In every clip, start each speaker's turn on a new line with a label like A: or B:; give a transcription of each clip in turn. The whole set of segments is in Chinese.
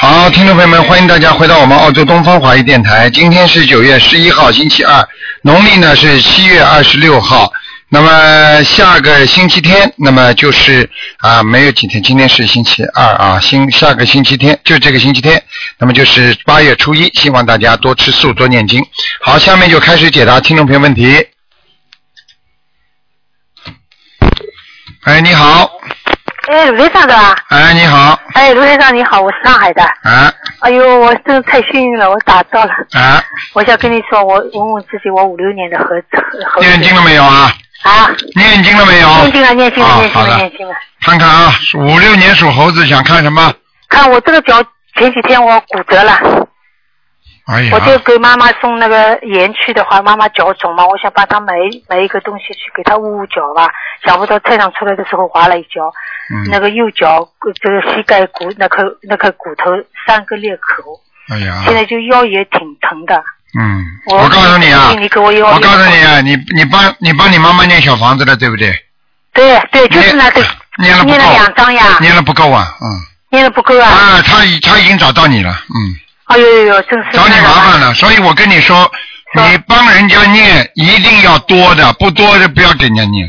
A: 好，听众朋友们，欢迎大家回到我们澳洲东方华语电台。今天是九月十一号，星期二，农历呢是七月二十六号。那么下个星期天，那么就是啊，没有几天，今天是星期二啊，星下个星期天就这个星期天，那么就是八月初一，希望大家多吃素，多念经。好，下面就开始解答听众朋友问题。哎，你好，
B: 哎，卢先生的吧？
A: 哎，你好，
B: 哎，卢先生你好，我是上海的。
A: 啊
B: 哎呦，我真的太幸运了，我打到了。
A: 啊，
B: 我想跟你说，我问问自己，我五六年的猴子猴
A: 念经
B: 子
A: 了没有啊？
B: 啊，
A: 念经了没有？
B: 念经了，念经了，
A: 啊
B: 念经
A: 好的
B: 了，念经了。
A: 看看啊，五六年属猴子想看什么？
B: 看我这个脚，前几天我骨折了，
A: 哎呀
B: 我，就给妈妈送那个盐去的话，妈妈脚肿嘛，我想帮她买买一个东西去给她捂捂脚吧，想不到菜场出来的时候滑了一跤，那
A: 嗯，
B: 个右脚呃这个膝盖骨那颗那颗骨头三个裂口，
A: 哎呀
B: 现，在就腰也挺疼的。
A: 嗯，
B: 我
A: 我告诉你啊，
B: 你给我要，
A: 我告诉你，啊，你你帮你帮你妈妈念小房子了，对不对？
B: 对对，就是那个
A: 念了不
B: 念了两
A: 够，
B: 张呀，
A: 念了不够啊，嗯，
B: 念的不够啊，
A: 啊，他已他已经找到你了，嗯，
B: 哎呦呦呦，真是
A: 找你麻烦了，所以我跟你说，
B: 是
A: 你帮人家念一定要多的，不多的不要给人家念，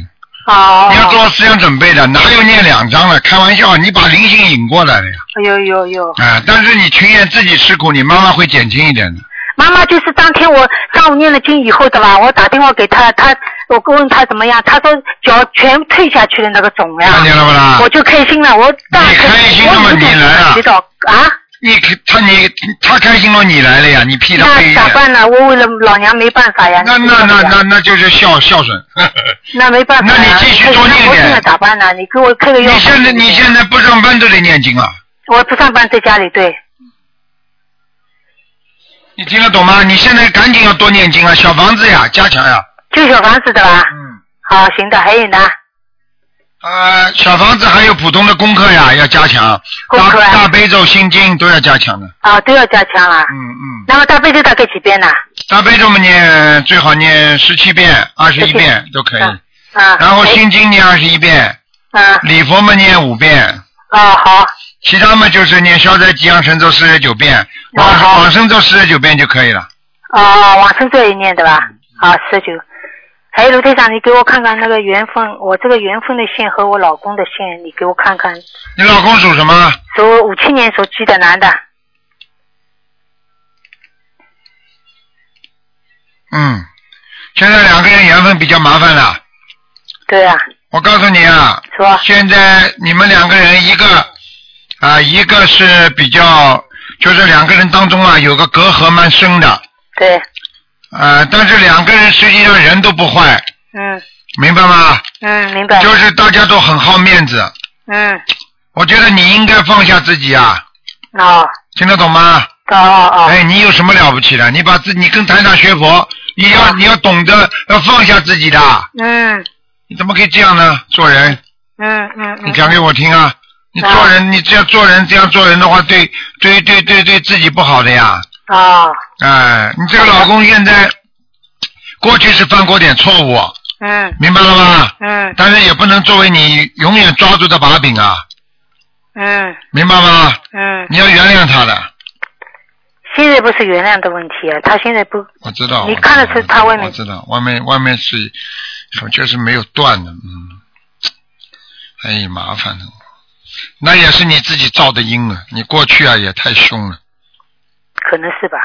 B: 啊！
A: 你要做思想准备的，哪有念两张的？开玩笑，你把灵性引过来了呀，
B: 哎呦呦呦，
A: 啊，但是你群演自己吃苦，你妈妈会减轻一点的。
B: 妈妈就是当天我上午念了经以后的吧，我打电话给她，她我问她怎么样，她说脚全退下去了那个肿呀，
A: 看见了不啦？
B: 我就开心了，我大
A: 你开心了吗
B: 我有点
A: 你来啊
B: 知道啊？
A: 你可他你他开心了，你来了呀，你屁他
B: 那
A: 飞
B: 咋
A: 的。
B: 办呢？我为了老娘没办法呀。
A: 那
B: 你知道
A: 那那
B: 的呀
A: 那那就是孝孝顺。
B: 哎那没办法呀。
A: 那你继续多念
B: 我
A: 点
B: 现在咋办呢？你给我开 个
A: 你
B: 药。
A: 现在你现在不上班都得念经啊，
B: 我不上班，在家里对。
A: 你听得懂吗？你现在赶紧要多念经啊，小房子呀，加强呀。
B: 就小房子的吧？
A: 嗯。
B: 好，行的，还有呢，
A: 呃，小房子还有普通的功课呀，要加强。
B: 功课
A: 大
B: 啊
A: 大悲咒、心经都要加强的。
B: 啊、都要加强了。
A: 嗯嗯。
B: 那么大悲咒大概几遍呢？
A: 大悲咒嘛念最好念十七遍、二十一遍都可以。
B: 嗯啊。
A: 然后心经念二十一遍，
B: 哎。啊
A: 礼佛嘛念五遍。
B: 啊好
A: 其他嘛就是念消灾吉祥神咒四十九遍，往
B: 好
A: 往生咒四十九遍就可以了。
B: 啊，往生咒也念的吧？啊，十九。还有卢队长，你给我看看那个缘分，我这个缘分的线和我老公的线，你给我看看。
A: 你老公属什么？
B: 属五七年属鸡的男的，
A: 嗯，现在两个人缘分比较麻烦了。
B: 对啊，
A: 我告诉你啊，
B: 是吧？
A: 现在你们两个人一个啊、一个是比较，就是两个人当中啊有个隔阂蛮深的，
B: 对，
A: 啊，但是两个人实际上人都不坏，
B: 嗯
A: 明白吗？
B: 嗯，明白。
A: 就是大家都很好面子。
B: 嗯，
A: 我觉得你应该放下自己啊，
B: 哦，
A: 听得懂吗？
B: 哦哦
A: 哎，你有什么了不起的？你把自你跟台长学佛，你要
B: 啊
A: 你要懂得要放下自己的，
B: 嗯
A: 你怎么可以这样呢？做人，
B: 嗯嗯
A: 你
B: 嗯，
A: 讲给我听啊！你
B: 啊
A: 做人，你这样做人，这样做人的话，对对对对对自己不好的呀！
B: 哦，
A: 哎，你这个老公现在过去是犯过点错误，
B: 嗯
A: 明白了吗？
B: 嗯
A: 但是也不能作为你永远抓住的把柄啊，
B: 嗯
A: 明白吗？
B: 嗯。
A: 你要原谅他的，
B: 现在不是原谅的问题啊，他现在不，
A: 我知道。
B: 你
A: 我知
B: 看得
A: 道
B: 出
A: 我知
B: 他
A: 道
B: 外面
A: 我知道，外面外面是，就是没有断的，嗯，哎，麻烦了。那也是你自己造的因啊！你过去啊也太凶了，
B: 可能是吧。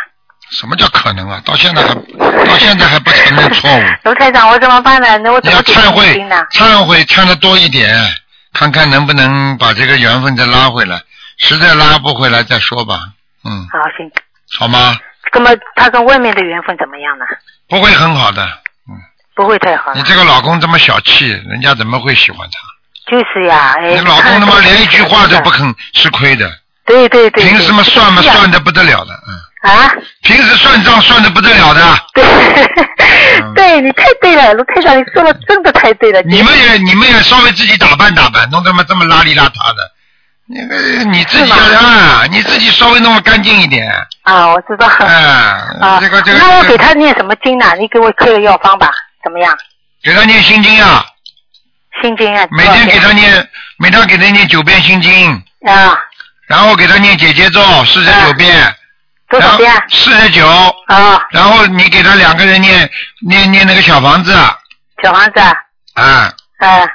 A: 什么叫可能啊？到现 在还到现在还不承认错误，
B: 卢台长，我怎么办呢？那我
A: 你
B: 怎
A: 要
B: 么给
A: 忏
B: 他
A: 悔
B: 听呢？，
A: 忏悔忏的多一点，看看能不能把这个缘分再拉回来。实在拉不回来再说吧，嗯，
B: 好，行。
A: 好吗？
B: 那么他跟外面的缘分怎么样呢？
A: 不会很好的。
B: 不会太好
A: 你
B: 了。
A: 这个老公这么小气，人家怎么会喜欢他？
B: 就是呀，哎，
A: 你老公
B: 看
A: 他
B: 着
A: 妈
B: 都
A: 连一句话都不
B: 是的
A: 肯吃亏的，
B: 对对对。
A: 凭什么算嘛
B: 嘛
A: 算的不得了的，嗯，
B: 啊？
A: 平时算账算的不得了的。
B: 对
A: 嗯，
B: 对你太对了，卢台长，你说的真的太对了。
A: 你们也你们也稍微自己打扮打扮，弄得他妈这么邋里邋遢的，那个你自己
B: 是
A: 啊，你自己稍微弄得干净一点，
B: 啊，我知道。
A: 哎
B: 啊，，
A: 这个这个，
B: 那我
A: 这
B: 给
A: 个
B: 他念什么经呢？你给我开个药方吧，怎么样？
A: 给他念心经啊，
B: 心经啊，
A: 每天给
B: 多少
A: 他念，每天给他念九遍心经，
B: 遍啊，
A: 然后给他念姐姐咒四十九遍，
B: 嗯多
A: 然
B: 少
A: 后
B: 遍？啊
A: 四十九，
B: 哦，
A: 然后你给他两个人念念念那个小房子啊，
B: 小房子，
A: 啊，
B: 嗯，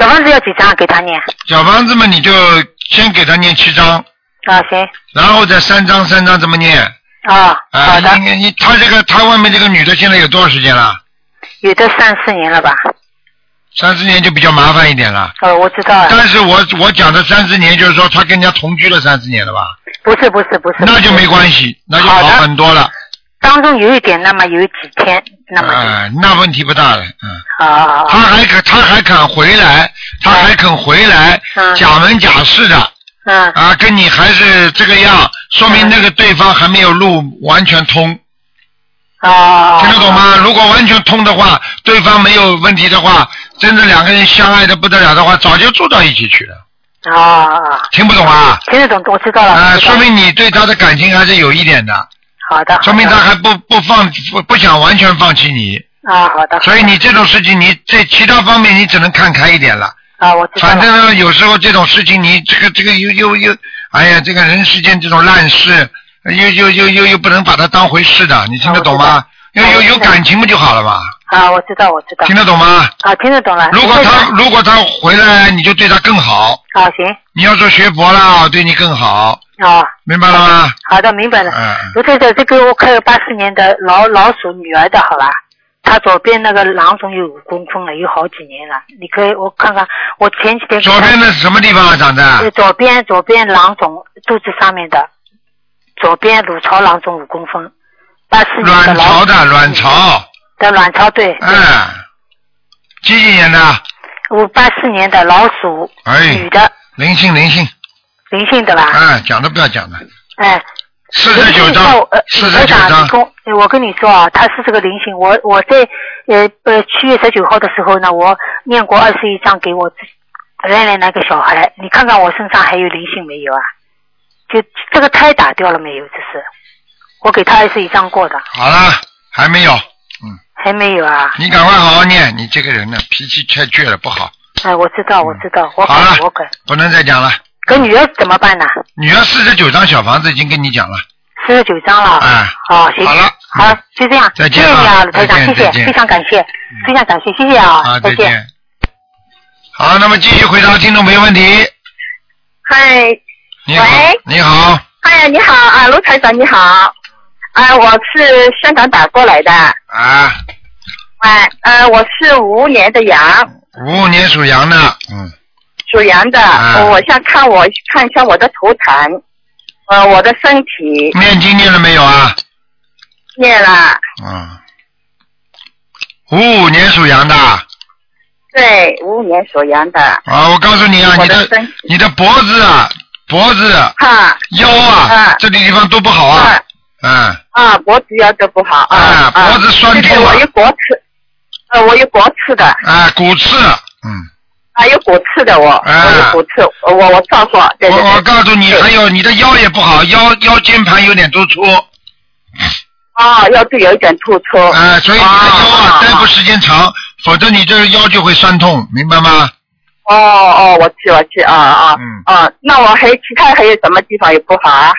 B: 小房子要几张给他念？
A: 小房子嘛你就先给他念七章，
B: 啊，行，
A: 然后再三章三章怎么念？
B: 啊，
A: 啊，
B: 好的，
A: 应该你他这个他外面这个女的现在有多少时间了？
B: 有的三四年了吧？
A: 三四年就比较麻烦一点了。
B: 呃，我知道了，
A: 但是我我讲的三四年，就是说他跟人家同居了三四年了吧？
B: 不是不是不是，
A: 那就没关系，那就好
B: 好的
A: 很多了。
B: 当中有一点，那么有几天，那么哦就
A: 啊、那问题不大了。嗯，
B: 好好
A: 他
B: 好，
A: 还肯他还肯回来，他还肯回来，
B: 嗯
A: 假门假式的
B: 嗯，
A: 啊，跟你还是这个样，说明那个对方还没有路完全通，
B: 哦，
A: 听得懂？吗？如果完全通的话，对方没有问题的话，真的两个人相爱的不得了的话，早就住到一起去了。
B: 哦，
A: 听不懂啊？
B: 听得懂，我知道了。
A: 啊、
B: 我知道
A: 说明你对他的感情还是有一点的。
B: 好的，好的
A: 说明他还不不放不不想完全放弃你，
B: 啊，好的，
A: 所以你这种事情，你在其他方面你只能看开一点了。
B: 啊，我知道
A: 反
B: 了，
A: 正有时候这种事情，你这个这个又又又，哎呀，这个人世间这种烂事，又又又又又不能把它当回事的，你听得懂吗？啊有有有感情不就好了嘛？
B: 啊，我知道，我知道
A: 听，得懂吗？
B: 啊，听得懂了。
A: 如果
B: 谢谢
A: 他如果他回来，你就对他更好。
B: 啊，行，
A: 你要说学佛啦，对你更好，
B: 啊，
A: 明白了吗？
B: 好的，明白了。
A: 嗯，
B: 卢太太，这个我看有八四年的老老鼠女儿的，好吧？她左边那个囊肿有五公分了，有好几年了。你可以我看看，我前几天
A: 左边的什么地方啊，长
B: 呃
A: 子？
B: 左边左边囊肿肚子上面的，左边乳巢囊肿五公分，八四年的
A: 卵
B: 老
A: 巢
B: 鼠
A: 的卵巢。
B: 的卵巢对，
A: 嗯，几几年的？
B: 我八四年的老鼠女
A: 哎，
B: 的
A: 灵性灵性，
B: 灵性的吧？
A: 啊，讲都不要讲了，
B: 哎，
A: 四十九
B: 我
A: 张
B: 跟你说呃，
A: 四十
B: 台
A: 九
B: 长
A: 张
B: 你，跟我我跟你说啊，他是这个灵性。我我在呃呃七月十九号的时候呢，我念过二十一章给我自己奶奶那个小孩，你看看我身上还有灵性没有啊？就这个胎打掉了没有？这是我给他二十一章过的，
A: 好了，还没有，
B: 还没有啊？
A: 你赶快好好念，你这个人呢脾气太倔了，不好，
B: 哎，我知道，我知道，我
A: 嗯
B: 改
A: 好了，
B: 我改。
A: 不能再讲了。
B: 可女儿怎么办呢？
A: 女儿四十九张小房子已经跟你讲了，
B: 四十九章了。
A: 哎，
B: 哦，行，
A: 好了
B: 好
A: 嗯，
B: 就这样，
A: 再见
B: 谢谢你
A: 啊
B: 啊，鲁台长，
A: 再
B: 谢
A: 见
B: 谢
A: 再，见
B: 非常感谢，非常感谢，谢谢啊，
A: 啊，
B: 再
A: 再见。好，那么继续回答听众朋友问题。
C: 嗨，
A: 你好
C: 喂，
A: 你好，
C: 哎呀，你好啊，卢台长你好，啊，我是香港打过来的，
A: 啊，
C: 哎、呃，我是五五年的羊，
A: 五五年属羊的，嗯，
C: 属羊的，
A: 啊
C: 我想看我看一下我的图腾，呃，我的身体
A: 念经念了没有啊？
C: 念了，
A: 嗯，五五年属羊的。
C: 对，五五年属羊的，
A: 啊，我告诉你啊，
C: 我
A: 你
C: 的
A: 的
C: 身体
A: 你的脖子啊、脖子、
C: 哈
A: 腰啊
C: 啊，
A: 这里地方都不好啊
C: 啊，
A: 嗯，
C: 啊，脖子腰都不好
A: 啊
C: 啊，
A: 脖子酸痛啊
C: 对对我有骨刺，呃，我有骨刺的，
A: 啊，骨刺，嗯，
C: 啊，有骨刺的我，
A: 啊
C: 我有骨刺，我我照过，对对
A: 我我
C: 对，
A: 告诉你，
C: 对
A: 还有你的腰也不好，腰腰间盘有点突出，
C: 哦，腰就有一点突出，
A: 啊，所以你的腰啊
C: 哦啊
A: 待不时间长，否则你这个腰就会酸痛，明白吗？
C: 哦哦，我去我去啊啊
A: 嗯
C: 啊，那我还有其他还有什么地方也不好啊？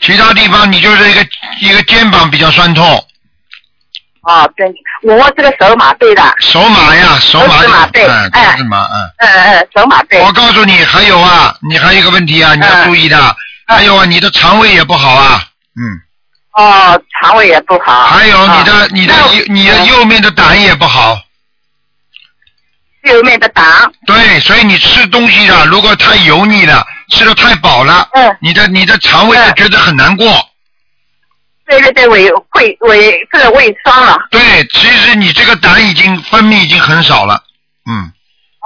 A: 其他地方你就是一个一个肩膀比较酸痛，
C: 啊，对，我这个手麻痹的，
A: 手麻呀，手麻
C: 手指麻
A: 就，
C: 对
A: 嗯，
C: 哎
A: 手指麻，嗯。
C: 嗯嗯，手麻痹
A: 我告诉你，还有啊，你还有一个问题啊，你要
C: 嗯
A: 注意的。还有啊，你的肠胃也不好啊，嗯。
C: 哦，肠胃也不好。
A: 还有你的、
C: 啊
A: 你的
C: 那我
A: 右你的右面的胆也不好，
C: 右面的胆，
A: 对，所以你吃东西的如果太油腻了，吃的太饱了，
C: 嗯
A: 你的你的肠胃就
C: 嗯
A: 觉得很难过。
C: 对对对，胃胃胃这个胃酸啊了。
A: 对，其实你这个胆已经分泌已经很少了，嗯，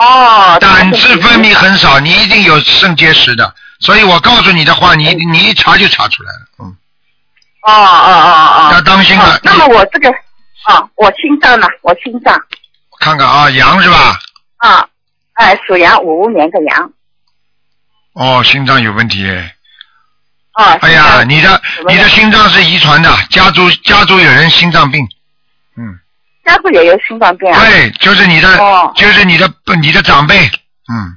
C: 哦，
A: 胆汁分泌很少，你一定有肾结石的。所以我告诉你的话，你
C: 嗯
A: 你一查就查出来了，嗯，
C: 哦。哦哦
A: 要
C: 哦
A: 当心啊
C: 哦。
A: 了
C: 好。那么我这个啊，我心脏呢？我心脏
A: 看看啊，羊是吧？
C: 啊，哎，属羊，五五年的羊。
A: 哦，心脏有问题哎。
C: 啊，
A: 哎
C: 心
A: 呀，
C: 脏
A: 你的
C: 什么
A: 你
C: 呀
A: 的心脏是遗传的，家族家族有人心脏病。嗯，
C: 家属也有心脏病啊？
A: 对，就是你的，
C: 哦
A: 就是你的你的长辈。嗯，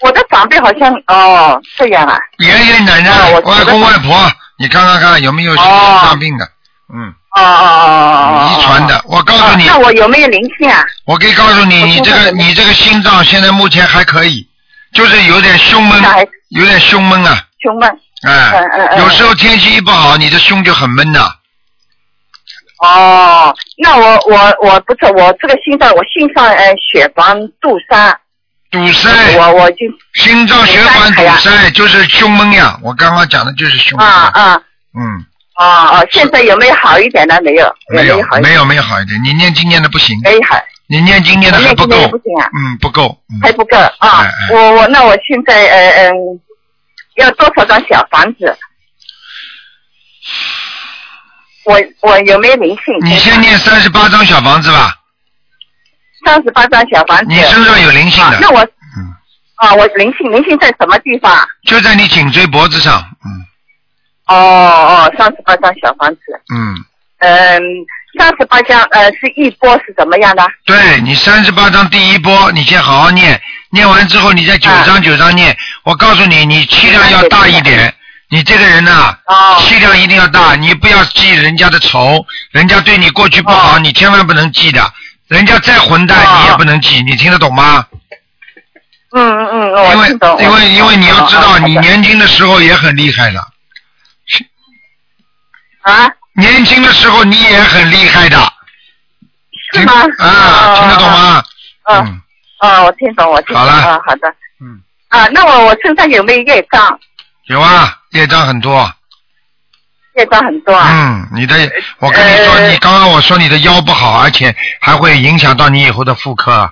C: 我的长辈好像哦这样啊，
A: 爷爷奶
C: 啊
A: 奶、
C: 我
A: 外公外婆，你看看看有没有心
C: 哦
A: 脏病的，嗯，
C: 哦哦哦哦，
A: 遗传的。我告诉你，
C: 那我有没有灵性啊？
A: 我可以告诉你，
C: 我
A: 你
C: 听
A: 这
C: 到
A: 个
C: 了
A: 你这个心脏现在目前还可以，就是有点胸闷
C: 那，还
A: 有点胸闷啊，
C: 胸闷，
A: 哎
C: 哎嗯嗯，嗯
A: 有时候天气一不好，你的胸就很闷的。
C: 哦，那我我我不是我这个心脏，我心脏呃血管堵塞，
A: 堵塞，
C: 我我就
A: 心脏血管堵
C: 堵
A: 塞就是胸闷呀。我刚刚讲的就是胸闷。
C: 啊啊
A: 嗯，
C: 啊啊！现在有没有好一点呢？没有，
A: 没
C: 有
A: 有
C: 好一
A: 没
C: 点，哎
A: 有没有好一点，你念经念的不行，
C: 没好，
A: 你念经念的还
C: 那
A: 不
C: 今
A: 够
C: 天，不行啊，
A: 嗯，不够，嗯
C: 还不够
A: 哎
C: 啊
A: 哎！
C: 我我那我现在呃嗯，要多少张小房子？我我有没有灵性？
A: 你先念三十八张小房子吧，
C: 三十八张小房子。
A: 你身上有灵性
C: 哎啊
A: 的，
C: 那我
A: 嗯，
C: 啊，我灵性灵性在什么地方啊？
A: 就在你颈椎脖子上，嗯
C: 哦哦，三十八张小房子。
A: 嗯，
C: 嗯，三十八张，呃，是一波是怎么样的？
A: 对你三十八张第一波，你先好好念，念完之后你再九
C: 啊啊
A: 张九张念，我告诉你，你气量要大一点，你这个人呐、
C: 哦
A: 气量一定要大，你不要记人家的仇，人家对你过去不好，
C: 哦
A: 你千万不能记的。人家再混蛋，
C: 哦
A: 你也不能记，你听得懂吗？
C: 嗯嗯嗯，
A: 因
C: 我
A: 为
C: 听懂。哦啊
A: 因为因为你要知道，你
C: 年
A: 年轻的时候也很厉害的，
C: 啊
A: 年轻的时候你也很厉害的，
C: 是
A: 听
C: 吗？
A: 啊，
C: 哦
A: 听得懂？吗？
C: 哦
A: 嗯，
C: 哦，我听懂，我听懂。
A: 好了
C: 啊，好的。
A: 嗯。
C: 啊，那我我身上有没有业障？
A: 有啊，业障很多。
C: 业障很多啊。
A: 嗯，你的，我跟你说，
C: 呃
A: 你刚刚我说你的腰不好，而且还会影响到你以后的妇科，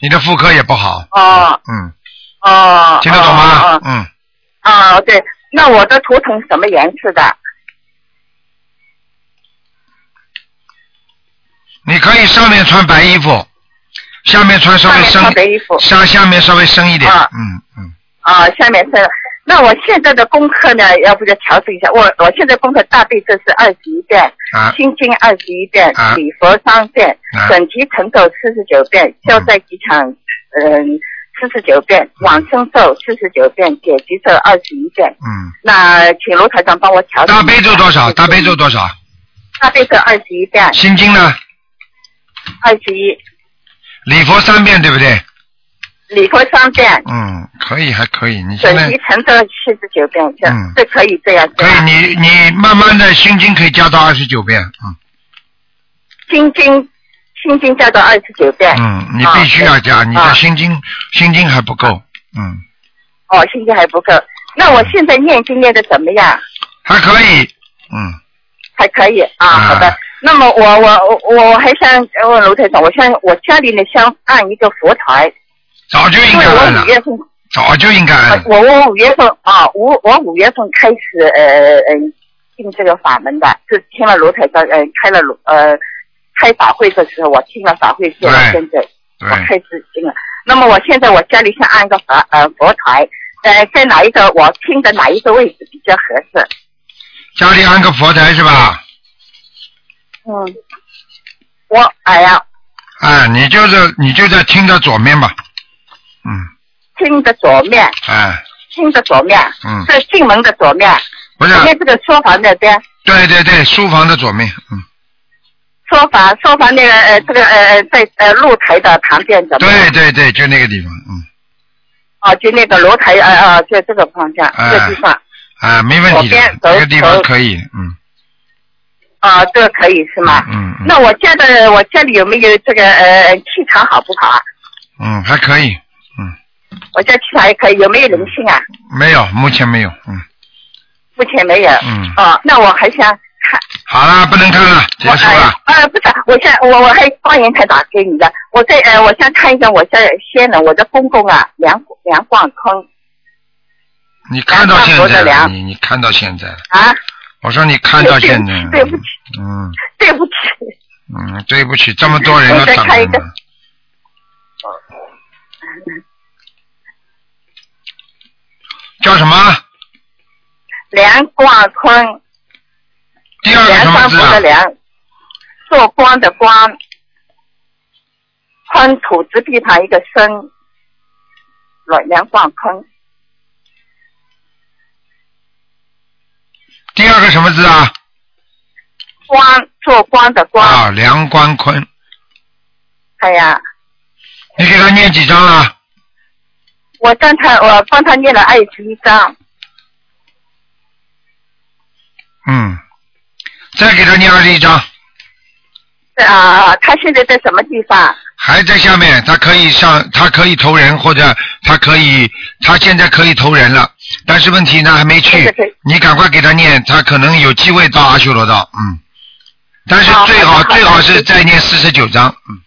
A: 你的妇科也不好。
C: 哦
A: 嗯，
C: 哦。
A: 听得懂
C: 哦
A: 吗？
C: 哦
A: 嗯，
C: 哦哦，对，那我的图腾什么颜色的？
A: 你可以上面穿白衣服，下面穿稍
C: 上
A: 微
C: 面
A: 深
C: 穿，白衣服。
A: 下下面稍微深一点
C: 啊。
A: 嗯嗯，
C: 啊，下面是。那我现在的功课呢，要不就调整一下。我我现在功课大悲咒是二十一遍，
A: 啊
C: 心经二十一遍
A: 啊，
C: 礼佛三遍
A: 啊，
C: 准提成咒四十九遍，消灾吉祥嗯四十九遍，往生咒四十九遍，解结咒二十一遍。
A: 嗯，
C: 那请卢台长帮我调整一
A: 大
C: 下。
A: 悲咒多少？大悲咒多少？
C: 大悲咒二十一遍，
A: 心经呢？
C: 二十一，
A: 礼佛三遍，对不对？
C: 礼佛三遍，
A: 嗯，可以，还可以。你现
C: 准
A: 在
C: 提成咒四十九遍，这
A: 嗯
C: 这可以这样是
A: 可以，
C: 吧？
A: 你你慢慢的心经可以加到二十九遍。嗯
C: 心经心经叫做二十九遍。
A: 嗯，你
C: 啊
A: 必须要加，你的
C: 啊
A: 心经心经还不够。嗯，
C: 哦，心经还不够。那我现在念经念的怎么样？
A: 还可以。嗯，
C: 还可以啊，
A: 啊
C: 好的。那么我我我我还想问卢台长，我想我家里呢想按一个佛台，
A: 早就应
C: 因为
A: 该按
C: 我
A: 了哎
C: 五，月份，
A: 早就应该按
C: 呃
A: 了。
C: 我我五月份啊，我我五月份开始呃呃进这个法门的，是听了卢台长呃开了卢呃开法会的时候，我听了法会之后
A: 对，
C: 跟着
A: 对
C: 我，开始进了。那么我现在我家里想按一个法呃佛台，呃在哪一个我听的哪一个位置比较合适？
A: 家里安个佛台是吧？
C: 嗯，我哎呀，
A: 啊，你就是你就在厅的左面吧，嗯，
C: 厅的左面，
A: 哎，
C: 厅的左面，
A: 嗯，
C: 这进门的左面，
A: 不是啊
C: 左，面这个书房那边，
A: 对对对，书房的左面，嗯，
C: 书房书房那个呃这个呃呃在呃露台的旁边怎么
A: 对
C: 样？
A: 对对，就那个地方，嗯，
C: 哦，就那个楼台呃呃，就这个方向，
A: 哎
C: 这地方
A: 啊，没问题的
C: 左边，
A: 这
C: 走
A: 个地方
C: 走
A: 可以，嗯，
C: 啊，这个可以是吗？
A: 嗯嗯
C: 那我家的我家里有没有这个呃气场好不好啊？
A: 嗯，还可以，
C: 我家气场还可以，有没有灵性啊？
A: 没有，目前没有，嗯
C: 目前没有。
A: 嗯，
C: 哦，那我还想看。
A: 好啦，不能看了，结
C: 我
A: 束了，
C: 哎呃，不是，我想我我还方言台打给你的，我在呃，我想看一下我在先人，我的公公啊，梁梁冠坤
A: 你看到现
C: 我
A: 在
C: 看
A: 了，
C: 了
A: 你你看到现在了，
C: 啊，
A: 我说你看到现在了，
C: 对不起
A: 嗯
C: 对不起，
A: 嗯，对不起，这么多人
C: 我
A: 都
C: 再
A: 等
C: 看一
A: 着
C: 个
A: 呢，叫什么？
C: 梁冠坤，
A: 第二个
C: 梁
A: 什么
C: 山
A: 字
C: 伯
A: 啊
C: 的？梁，做官的官，坤土之地旁一个生，老娘放空，
A: 第二个什么字啊？
C: 光做光的光，
A: 啊，梁关坤，
C: 哎呀，
A: 你给他念几张啊了？
C: 我刚才我帮他念了二十一章，
A: 嗯，再给他念二十一张，
C: 是啊，他现在在什么地方？
A: 还在下面，他可以上，他可以投人，或者他可以，他现在可以投人了，但是问题呢还没
C: 现在
A: 去
C: 可以，
A: 你赶快给他念，他可能有机会到阿修罗道，嗯，但是
C: 好
A: 最
C: 好
A: 好
C: 的好的
A: 最好是再念四十九章，嗯，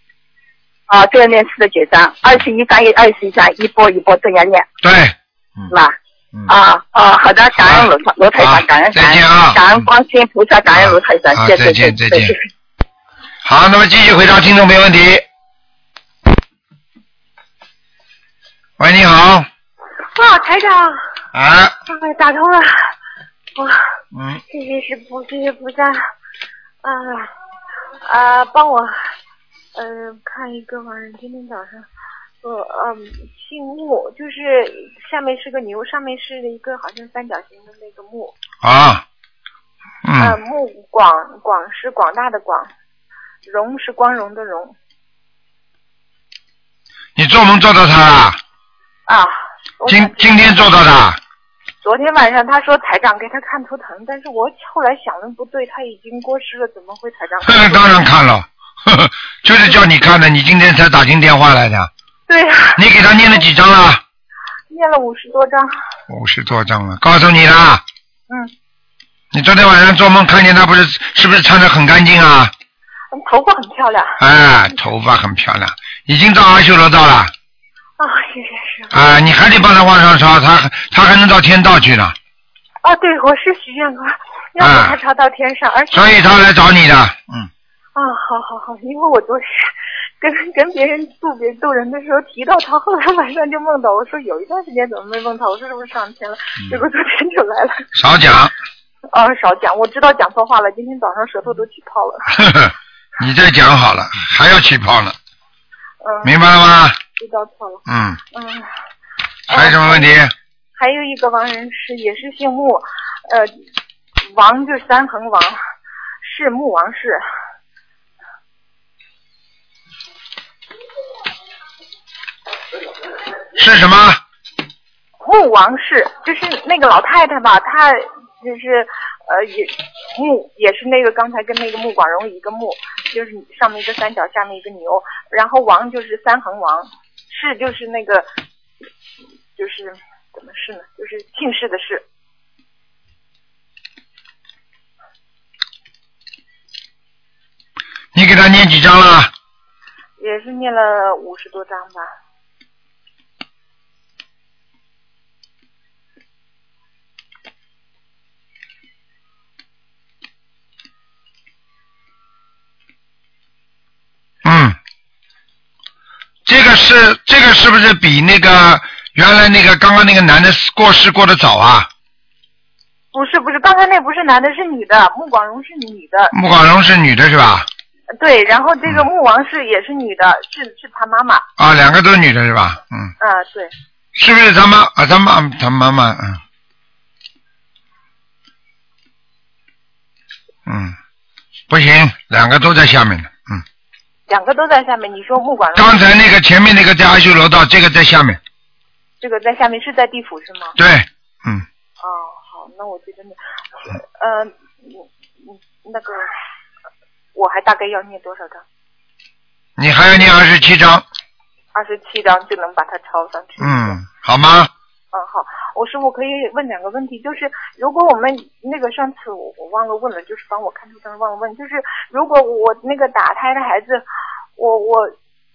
C: 啊，这样念四十九章，二十一章一二十一章，一波一波这样念，
A: 对，
C: 是吧？
A: 嗯，
C: 啊啊，好的，感恩
A: 好
C: 卢卢台
A: 好
C: 长，感恩
A: 再
C: 感
A: 见
C: 恩、
A: 啊
C: 感恩观世音菩萨，感恩卢台长
A: 好，
C: 谢
A: 再
C: 谢谢
A: 见
C: 谢
A: 再见
C: 谢谢。
A: 好，那么继续回答听众朋友问题。喂，你好，
D: 哇，台长，
A: 啊，
D: 啊打通了，哇，
A: 嗯，
D: 谢谢师傅，谢谢菩萨，啊啊，帮我，嗯、看一个玩意儿，今天早上，我嗯、姓木，就是下面是个牛，上面是一个好像三角形的那个木，
A: 啊，
D: 呃，
A: 嗯，
D: 木广广是广大的广，荣是光荣的荣，
A: 你做梦做到他了？
D: 啊，我
A: 今
D: 感觉
A: 今天做到的？啊
D: 昨天晚上他说台长给他看图腾，但是我后来想了不对，他已经过世了，怎么会台长
A: 呵呵
D: 看
A: 嗯
D: 图腾？
A: 当然看了，呵呵，就是叫你看的，你今天才打进电话来的。
D: 对呀、
A: 你给他念了几张了？
D: 念了五十多张，
A: 五十多张了，告诉你啦。
D: 嗯。
A: 你昨天晚上做梦看见他不是是不是穿的很干净啊？
D: 嗯头发很漂亮
A: 哎，头发很漂亮，已经到阿修罗道了。
D: 啊！谢谢师傅
A: 啊，你还得帮他往上烧，他他还能到天道去呢，
D: 啊！对，我是许愿过，要
A: 啊
D: 给他朝到天上，而且
A: 所以他来找你的，嗯，
D: 啊，好好好，因为我昨天跟跟别人渡别渡人的时候提到他，后来晚上就梦到，我说有一段时间怎么没梦到，我说是不是上天了？
A: 嗯
D: 结果昨天就来了。
A: 少讲，
D: 啊，少讲，我知道讲错话了，今天早上舌头都起泡了。
A: 呵呵，你再讲好了，还要起泡呢，
D: 嗯，
A: 明白了吗？
D: 知道错了。
A: 嗯，
D: 嗯，
A: 还有什么问题？
D: 还有一个亡人是也是姓穆，呃，王就是三横王，是穆王氏。
A: 是什么？
D: 穆王氏，就是那个老太太吧，她就是呃也穆也是那个刚才跟那个穆广荣一个穆，就是上面一个三角，下面一个牛，然后王就是三横王，氏就是那个就是怎么是呢？就是姓氏的氏。
A: 你给他念几张了？
D: 也是念了五十多章吧。
A: 嗯，这个是这个是不是比那个原来那个刚刚那个男的过世过得早啊？
D: 不是不是，刚才那不是男的，是女的，穆广荣是女的，
A: 穆广荣是女的是吧？
D: 对，然后这个穆王氏也是女的，是是她妈妈，
A: 啊，两个都是女的是吧？嗯，
D: 啊、对，
A: 是不是他妈啊？他妈他妈妈嗯。嗯，不行，两个都在下面呢。嗯，
D: 两个都在下面。你说穆广荣
A: 刚才那个前面那个在阿修罗道，这个在下面。
D: 这个在下面是在地府是吗？
A: 对，嗯，
D: 哦，好，那我就真的，呃，我我那个我还大概要念多少张？
A: 你还要念二十七章，
D: 二十七张就能把它抄上去。
A: 嗯，好吗？
D: 嗯，好，我师傅可以问两个问题，就是如果我们那个上次我我忘了问了，就是帮我看图腾忘了问，就是如果我那个打胎的孩子，我我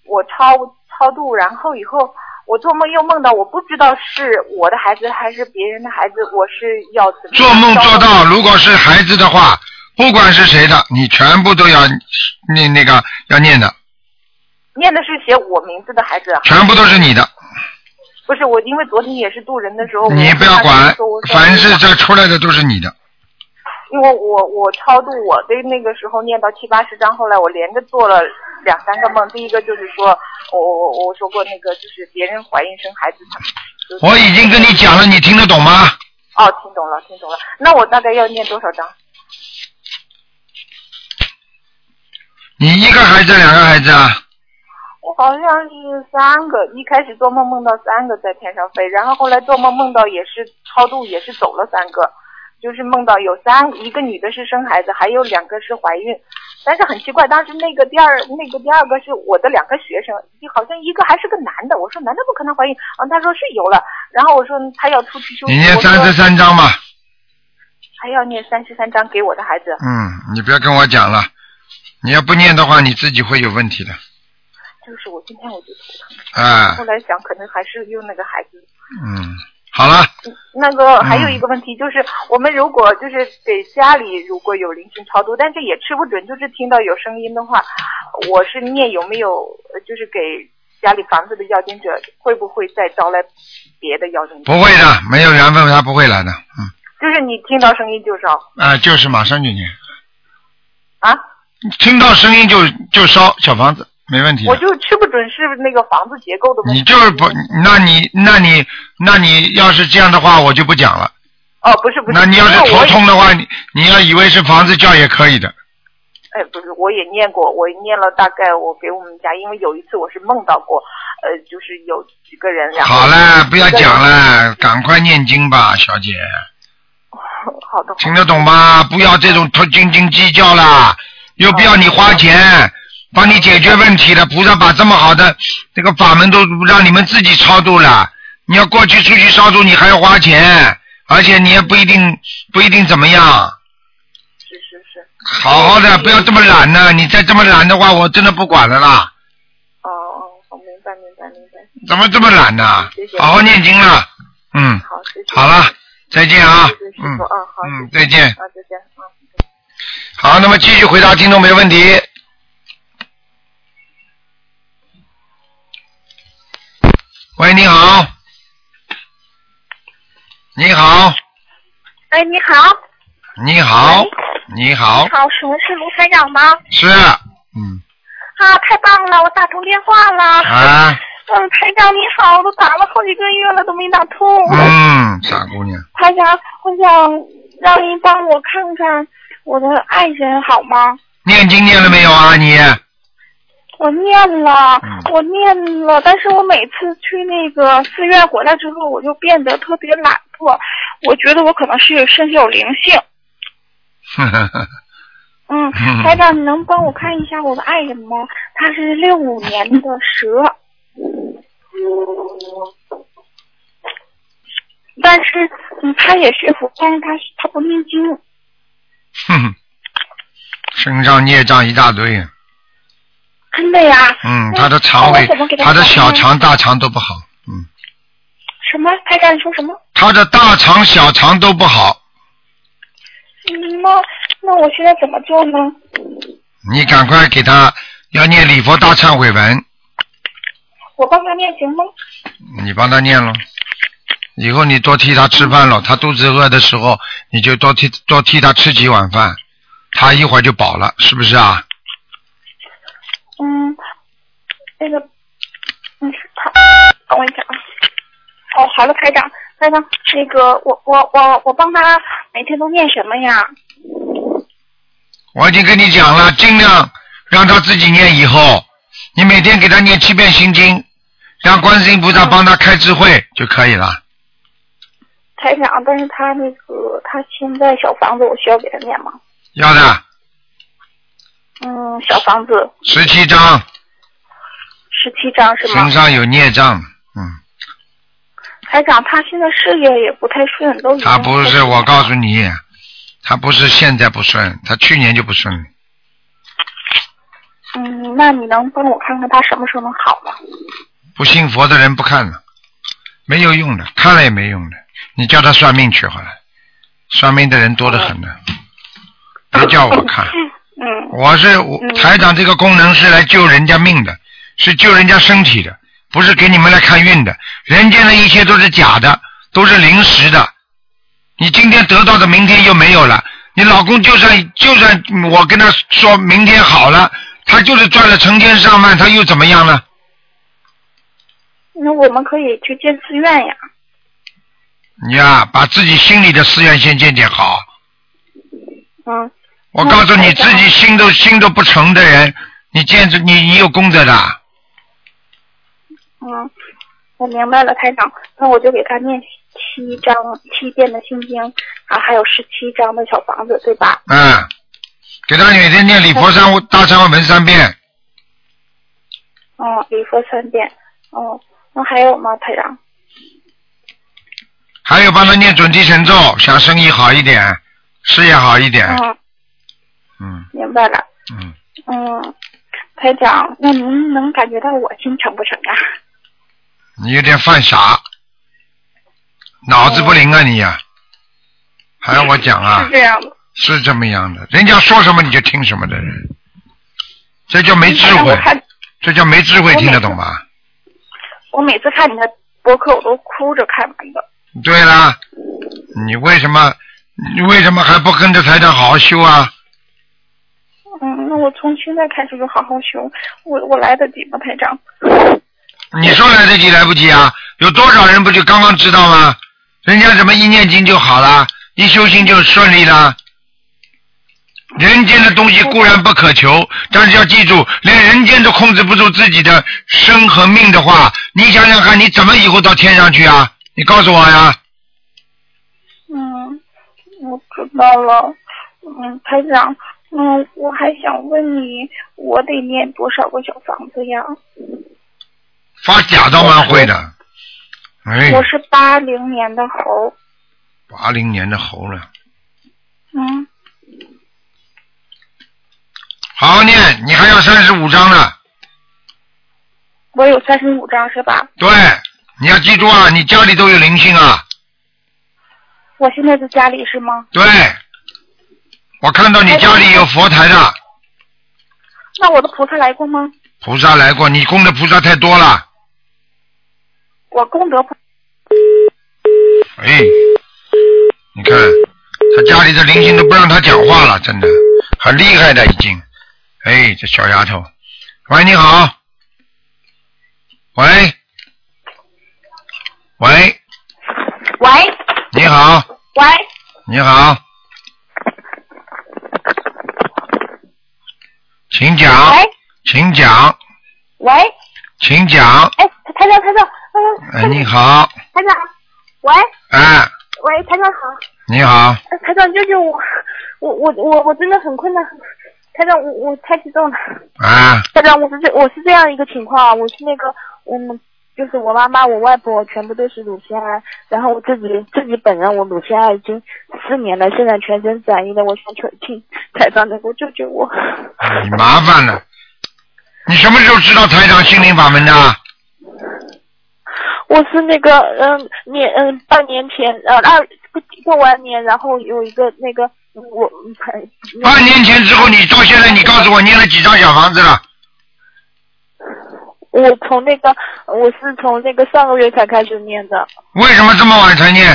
D: 我超超度，然后以后我做梦又梦到我不知道是我的孩子还是别人的孩子，我是要怎么
A: 做梦做
D: 烧
A: 到，如果是孩子的话，不管是谁的，你全部都要念那个要念的，
D: 念的是写我名字的孩子啊，
A: 全部都是你的，
D: 不是我，因为昨天也是渡人的时候，
A: 你
D: 我
A: 不要
D: 跟他
A: 管
D: 说我，说
A: 凡是这出来的都是你的。
D: 因为我我超度我的那个时候念到七八十章，后来我连着做了两三个梦，第一个就是说我我我说过那个就是别人怀孕生孩子，就是
A: 我已经跟你讲了，你听得懂吗？
D: 哦听懂了听懂了，那我大概要念多少章？
A: 你一个孩子，两个孩子啊？
D: 我好像是三个，一开始做梦梦到三个在天上飞，然后后来做梦梦到也是超度，也是走了三个，就是梦到有三一个女的是生孩子，还有两个是怀孕，但是很奇怪，当时那个第二那个第二个是我的两个学生，好像一个还是个男的，我说男的不可能怀孕，啊他说是有了，然后我说他要出去休息，
A: 你念
D: 我说
A: 三十三章吧。
D: 还要念三十三章给我的孩子，
A: 嗯，你不要跟我讲了，你要不念的话，你自己会有问题的。
D: 就是我今天我就头疼，
A: 啊
D: 后，来想可能还是用那个孩子
A: 嗯，好了，
D: 那个还有一个
A: 嗯
D: 问题就是，我们如果就是给家里如果有灵性超度，但是也吃不准，就是听到有声音的话，我是念有没有呃就是给家里房子的要经者，会不会再招来别的要经者？
A: 不会的，没有缘分他不会来的。嗯，
D: 就是你听到声音就烧
A: 啊、就是马上就念，
D: 啊，
A: 听到声音就就烧小房子，没问题的。
D: 我就吃不准是那个房子结构的
A: 嗯
D: 问题。
A: 你就是不，那你那你那你要是这样的话，我就不讲了。
D: 哦，不是不是，
A: 那你要
D: 因
A: 是
D: 为我
A: 头
D: 也
A: 痛的话，你你要以为是房子叫也可以的。
D: 哎，不是，我也念过，我念了大概我给我们家，因为有一次我是梦到过，呃，就是有几个人，然后
A: 好了，不要讲了，赶快念经吧，小姐，
D: 好的，好的
A: 听得懂吗？不要这种头斤斤计较啦，又不要你花钱，帮你解决问题的。菩萨把这么好的这个法门都让你们自己超度了，你要过去出去超度，你还要花钱，而且你也不一定不一定怎么样。
D: 是是是，
A: 好好
D: 嗯
A: 的，不要这么懒呢、你再这么懒的话，我真的不管了啦。
D: 哦哦，我明白明白明白，
A: 怎么这么懒呢、
D: 谢谢
A: 好好念经啦。嗯，
D: 好，谢谢。
A: 好了，再见啊
D: 谢谢。师
A: 嗯
D: 傅，嗯，好，
A: 嗯，再见。
D: 啊，再见，嗯。
A: 好，那么继续回答听众没问题。喂，你好。你好，
E: 哎，你好，
A: 你好，你好
E: 你，好，请问是卢台长吗？
A: 是，嗯，
E: 啊，太棒了，我打通电话了。
A: 啊，
E: 嗯，台长你好，我都打了好几个月了，都没打通。
A: 嗯，傻姑娘，
E: 台长，我想让您帮我看看我的爱人好吗？
A: 念经念了没有啊？你，
E: 我念了
A: 嗯，
E: 我念了，但是我每次去那个寺院回来之后，我就变得特别懒惰，我觉得我可能是身上有灵性。
A: 呵呵呵
E: 嗯，台长，你能帮我看一下我的爱人吗？他是六五年的蛇，但是嗯，他也学佛，但是他他不念经。
A: 哼哼， 身上孽障一大堆，
E: 真的呀？
A: 嗯，
E: 那
A: 他的肠
E: 我
A: 胃
E: 怎么给，他
A: 他的小
E: 看呢
A: 肠、大肠都不好，嗯，
E: 什么？台长，你说什么？
A: 他的大肠、小肠都不好，
E: 嗯，那那我现在怎么做呢？
A: 你赶快给他要念礼佛大忏悔文，
E: 我帮他念行吗？
A: 你帮他念喽。以后你多替他吃饭了，他肚子饿的时候，你就多替多替他吃几碗饭，他一会儿就饱了，是不是啊？
E: 嗯，那个，嗯，他，等我一下啊。哦，好了，台长，台长，那个我我我我帮他每天都念什么呀？
A: 我已经跟你讲了，尽量让他自己念。以后你每天给他念七遍心经，让观世音菩萨帮他开智慧就可以了。
E: 台长，但是他那个他现在小房子，我需要给他念吗？
A: 要的，
E: 嗯，小房子
A: 十七章，
E: 十七张是吗
A: 身？上有孽障，嗯，
E: 台长，他现在事业也不太顺，都已经
A: 他不是，我告诉你，他不是现在不顺，他去年就不顺了。
E: 嗯，那你能帮我看看他什么时候能好吗？
A: 不信佛的人不看了，没有用的，看了也没用的。你叫他算命去好了，算命的人多得很呢，别叫我看，
E: 嗯
A: 我是我台长这个功能是来救人家命的，是救人家身体的，不是给你们来看运的。人间的一切都是假的，都是临时的。你今天得到的，明天又没有了。你老公就算就算我跟他说明天好了，他就是赚了成千上万，他又怎么样呢？
E: 那我们可以去建寺院呀。
A: 你呀，把自己心里的寺院先建建好。
E: 嗯，
A: 我告诉你，自己心都心都不诚的人，你建筑你你有功德的，
E: 嗯，我明白了，台长。那我就给他念七章七遍的心经，啊，还有十七章的小房子，对吧？
A: 嗯，给他每天念礼佛三大忏悔文三遍，
E: 嗯，礼佛三遍。哦，那还有吗，台长？
A: 还有帮他念准提神咒，想生意好一点，事业好一点，
E: 嗯，
A: 嗯
E: 明白了。
A: 嗯，
E: 嗯，台长，那您能感觉到我心诚不诚啊？
A: 你有点犯傻，脑子不灵啊你呀、还要我讲啊？
E: 是这样的。
A: 是这么样的，人家说什么你就听什么的人，这叫没智
E: 台长哎我
A: 慧，
E: 看
A: 这叫没智慧，
E: 我每
A: 听得
E: 次
A: 懂吧？
E: 我每次看你的博客，我都哭着看完的。
A: 对啦，你为什么你为什么还不跟着台长好好修啊？
E: 嗯，那我从现在开始就好好修，我我来得及吗，台长？
A: 你说来得及来不及啊？有多少人不就刚刚知道吗？人家怎么一念经就好啦，一修心就顺利啦。人间的东西固然不可求，但是要记住，连人间都控制不住自己的生和命的话，你想想看，你怎么以后到天上去啊？你告诉我呀，
E: 嗯，我知道了。嗯，台长，嗯，我还想问你，我得念多少个小房子呀？
A: 发假倒蛮会的。哎，
E: 我是八零年的猴。
A: 八零年的猴了。
E: 嗯，
A: 好好念，你还要三十五章呢。
E: 我有三十五张是吧？
A: 对，你要记住啊，你家里都有灵性啊。
E: 我现在在家里是吗？
A: 对，哎我看到你家里有佛台的
E: 那我的菩萨来过吗？
A: 菩萨来过，你供的菩萨太多了。
E: 我功德菩
A: 哎，你看他家里的灵性都不让他讲话了，真的很厉害的已经。哎，这小丫头，喂，你好，喂，喂，
C: 喂
A: 你好，
C: 喂，
A: 你好，请讲，
C: 喂
A: 请讲，
C: 喂，
A: 请讲。
C: 哎，台长台长，
A: 哎，你好，
E: 嗯台长，喂
A: 哎，
E: 喂，台长好。呃
A: 你好，
E: 台长救救我！我我我我真的很困难，台长我我太激动了。
A: 哎，
E: 台长，我是这我是这样一个情况啊，我是那个嗯，就是我妈妈、我外婆全部都是乳腺癌，然后我自己自己本人我乳腺癌已经四年了，现在全身转移了，我想求请台长能够救救我。
A: 你麻烦了。你什么时候知道台长心灵法门的？
E: 我是那个嗯年嗯半年前呃二过完年，然后有一个那个我嗯
A: 半年前之后，你到现在，你告诉我念了几张小房子了？
E: 我从那个我是从那个上个月才开始念的。
A: 为什么这么晚才念？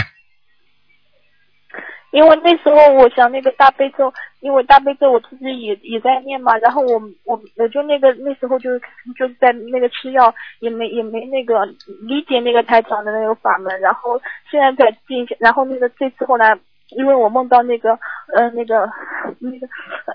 E: 因为那时候我想那个大悲咒，因为大悲咒我自己也也在念嘛，然后我我我就那个那时候就是就是在那个吃药，也没也没那个理解那个台长的那个法门，然后现在在进行，然后那个这次后来。因为我梦到那个，呃，那个，那个，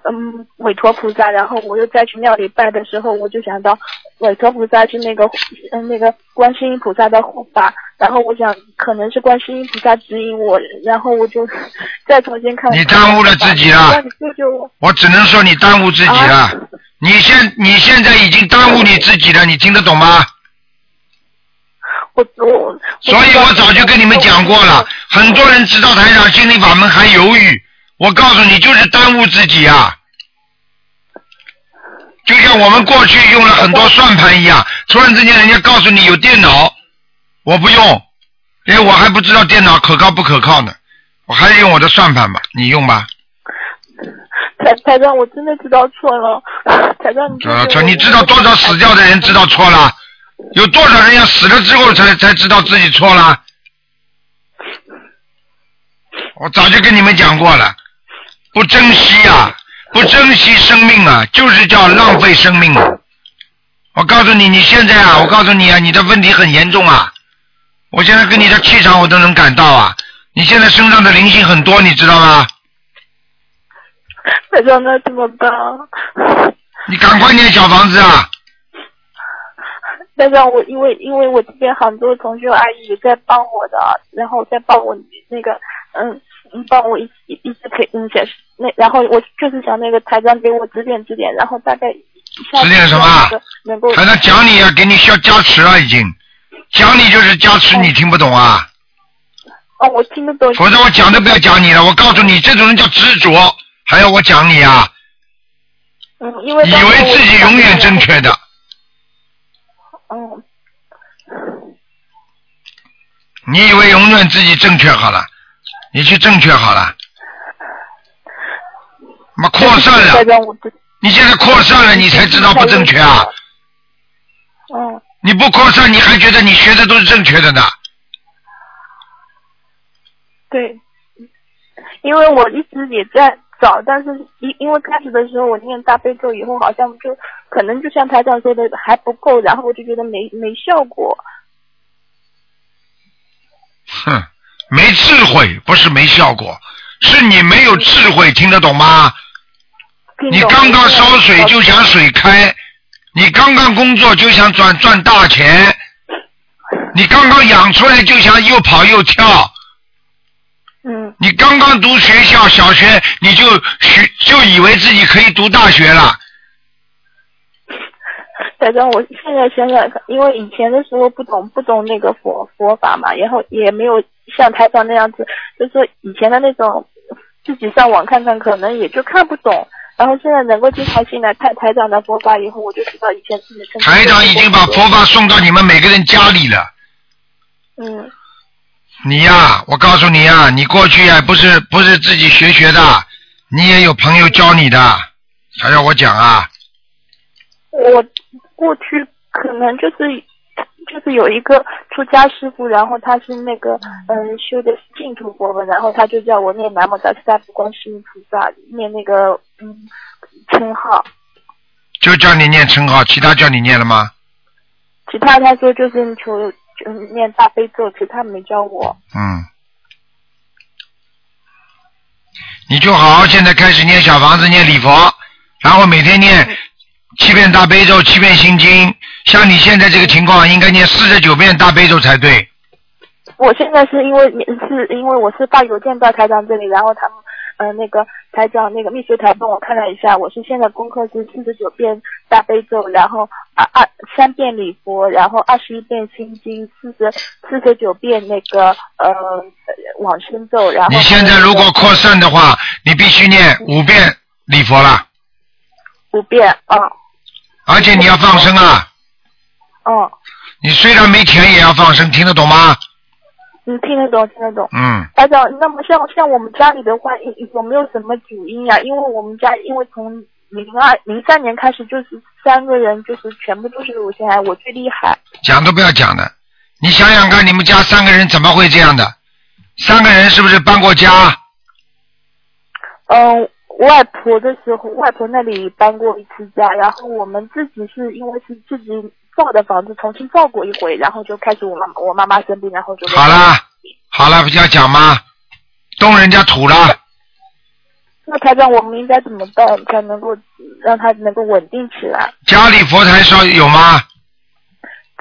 E: 嗯，韦陀菩萨，然后我又再去庙里拜的时候，我就想到韦陀菩萨是那个，嗯，那个观世音菩萨的护法，然后我想可能是观世音菩萨指引我，然后我就再重新看。
A: 你耽误了自己了
E: 让你救救我！
A: 我只能说你耽误自己了
E: 啊。
A: 你现你现在已经耽误你自己了，你听得懂吗？
E: 我我。
A: 所以我早就跟你们讲过了，很多人知道台长心灵法门还犹豫，我告诉你，就是耽误自己啊。就像我们过去用了很多算盘一样，突然之间人家告诉你有电脑，我不用，因为我还不知道电脑可靠不可靠呢，我还是用我的算盘吧，你用吧。
E: 台台长，我真的知道错了。 台长，你救救
A: 啊，
E: 我
A: 操！你知道多少死掉的人知道错了？有多少人要死了之后才才知道自己错了？我早就跟你们讲过了，不珍惜啊，不珍惜生命啊，就是叫浪费生命啊！我告诉你，你现在啊，我告诉你啊，你的问题很严重啊！我现在跟你的气场我都能感到啊，你现在身上的灵性很多，你知道吗？
E: 台长，那怎么办？
A: 你赶快念小房子啊！
E: 台长，我因为因为我这边杭州同学阿姨也在帮我的，然后在帮我那个嗯嗯帮我一起一直陪嗯解释那，然后我就是想那个台长给我指点指点，然后大概一下子
A: 指点什么啊
E: 能够
A: 反正讲你啊，给你需要加持了已经，讲你就是加持，你听不懂啊？
E: 哦，我听得懂。
A: 否则我讲都不要讲你了。我告诉你，这种人叫执着，还要我讲你啊？
E: 嗯，因为
A: 以
E: 当时
A: 为
E: 我
A: 自己永远正确的，
E: 嗯，
A: 你以为永远自己正确好了，你去正确好了，妈扩散
E: 台
A: 了，
E: 长，我不
A: 你现在扩散了，你才知道不正确啊！
E: 嗯
A: 你不扩散，你还觉得你学的都是正确的呢？
E: 对，因为我一直也在找，但是因因为开始的时候我念大悲咒以后，好像就可能就像台长说的还不够，然后我就觉得没没效果。
A: 哼，没智慧不是没效果，是你没有智慧，听得懂吗？
E: 听
A: 你
E: 懂
A: 刚刚烧水就
E: 我
A: 想水开，你刚刚工作就想赚赚大钱，你刚刚养出来就想又跑又跳，
E: 嗯
A: 你刚刚读学校小学你就学就以为自己可以读大学了，
E: 台长，我现在想想，因为以前的时候不懂不懂那个佛佛法嘛，然后也没有像台长那样子，就是说以前的那种自己上网看看，可能也就看不懂。然后现在能够静下心来看台长的佛法以后，我就知道以前自己真的
A: 台长已经把佛法送到你们每个人家里了。
E: 嗯
A: 你呀、我告诉你呀、你过去呀、不是不是自己学学的，你也有朋友教你的，还要我讲啊？
E: 我过去可能就是就是有一个出家师傅，然后他是那个嗯修的是净土佛门，然后他就叫我念南无大慈大悲观世音菩萨，念那个嗯称号。
A: 就叫你念称号，其他叫你念了吗？
E: 其他他说就是求嗯念大悲咒，其他没教我。
A: 嗯，你就好好现在开始念小房子，念礼佛，然后每天念七遍大悲咒，七遍心经。像你现在这个情况，应该念四十九遍大悲咒才对。
E: 我现在是因为是因为我是发邮件到台长这里，然后他们呃那个台长那个秘书台帮我看了一下，我是现在功课是四十九遍大悲咒，然后二二三遍礼佛，然后二十一遍心经，四十四十九遍那个呃往生咒，然后
A: 你现在如果扩散的话，你必须念五遍礼佛了，
E: 五遍，嗯
A: 而且你要放生啊。
E: 嗯，
A: 你虽然没钱也要放生，听得懂吗？
E: 你听得懂听得懂。
A: 嗯，
E: 台长，那么像像我们家里的话，有有没有什么主因呀、因为我们家因为从零二零三年开始，就是三个人就是全部都是乳腺癌，我最厉害。
A: 讲都不要讲的。你想想看，你们家三个人怎么会这样的？三个人是不是搬过家？
E: 嗯，外婆的时候，外婆那里搬过一次家，然后我们自己是因为是自己造的房子，重新造过一回，然后就开始我妈我妈妈生病，然后就
A: 好啦，好啦，不要讲吗？动人家土了，
E: 那台长，我们应该怎么办才能够让她能够稳定起来？
A: 家里佛台烧有吗？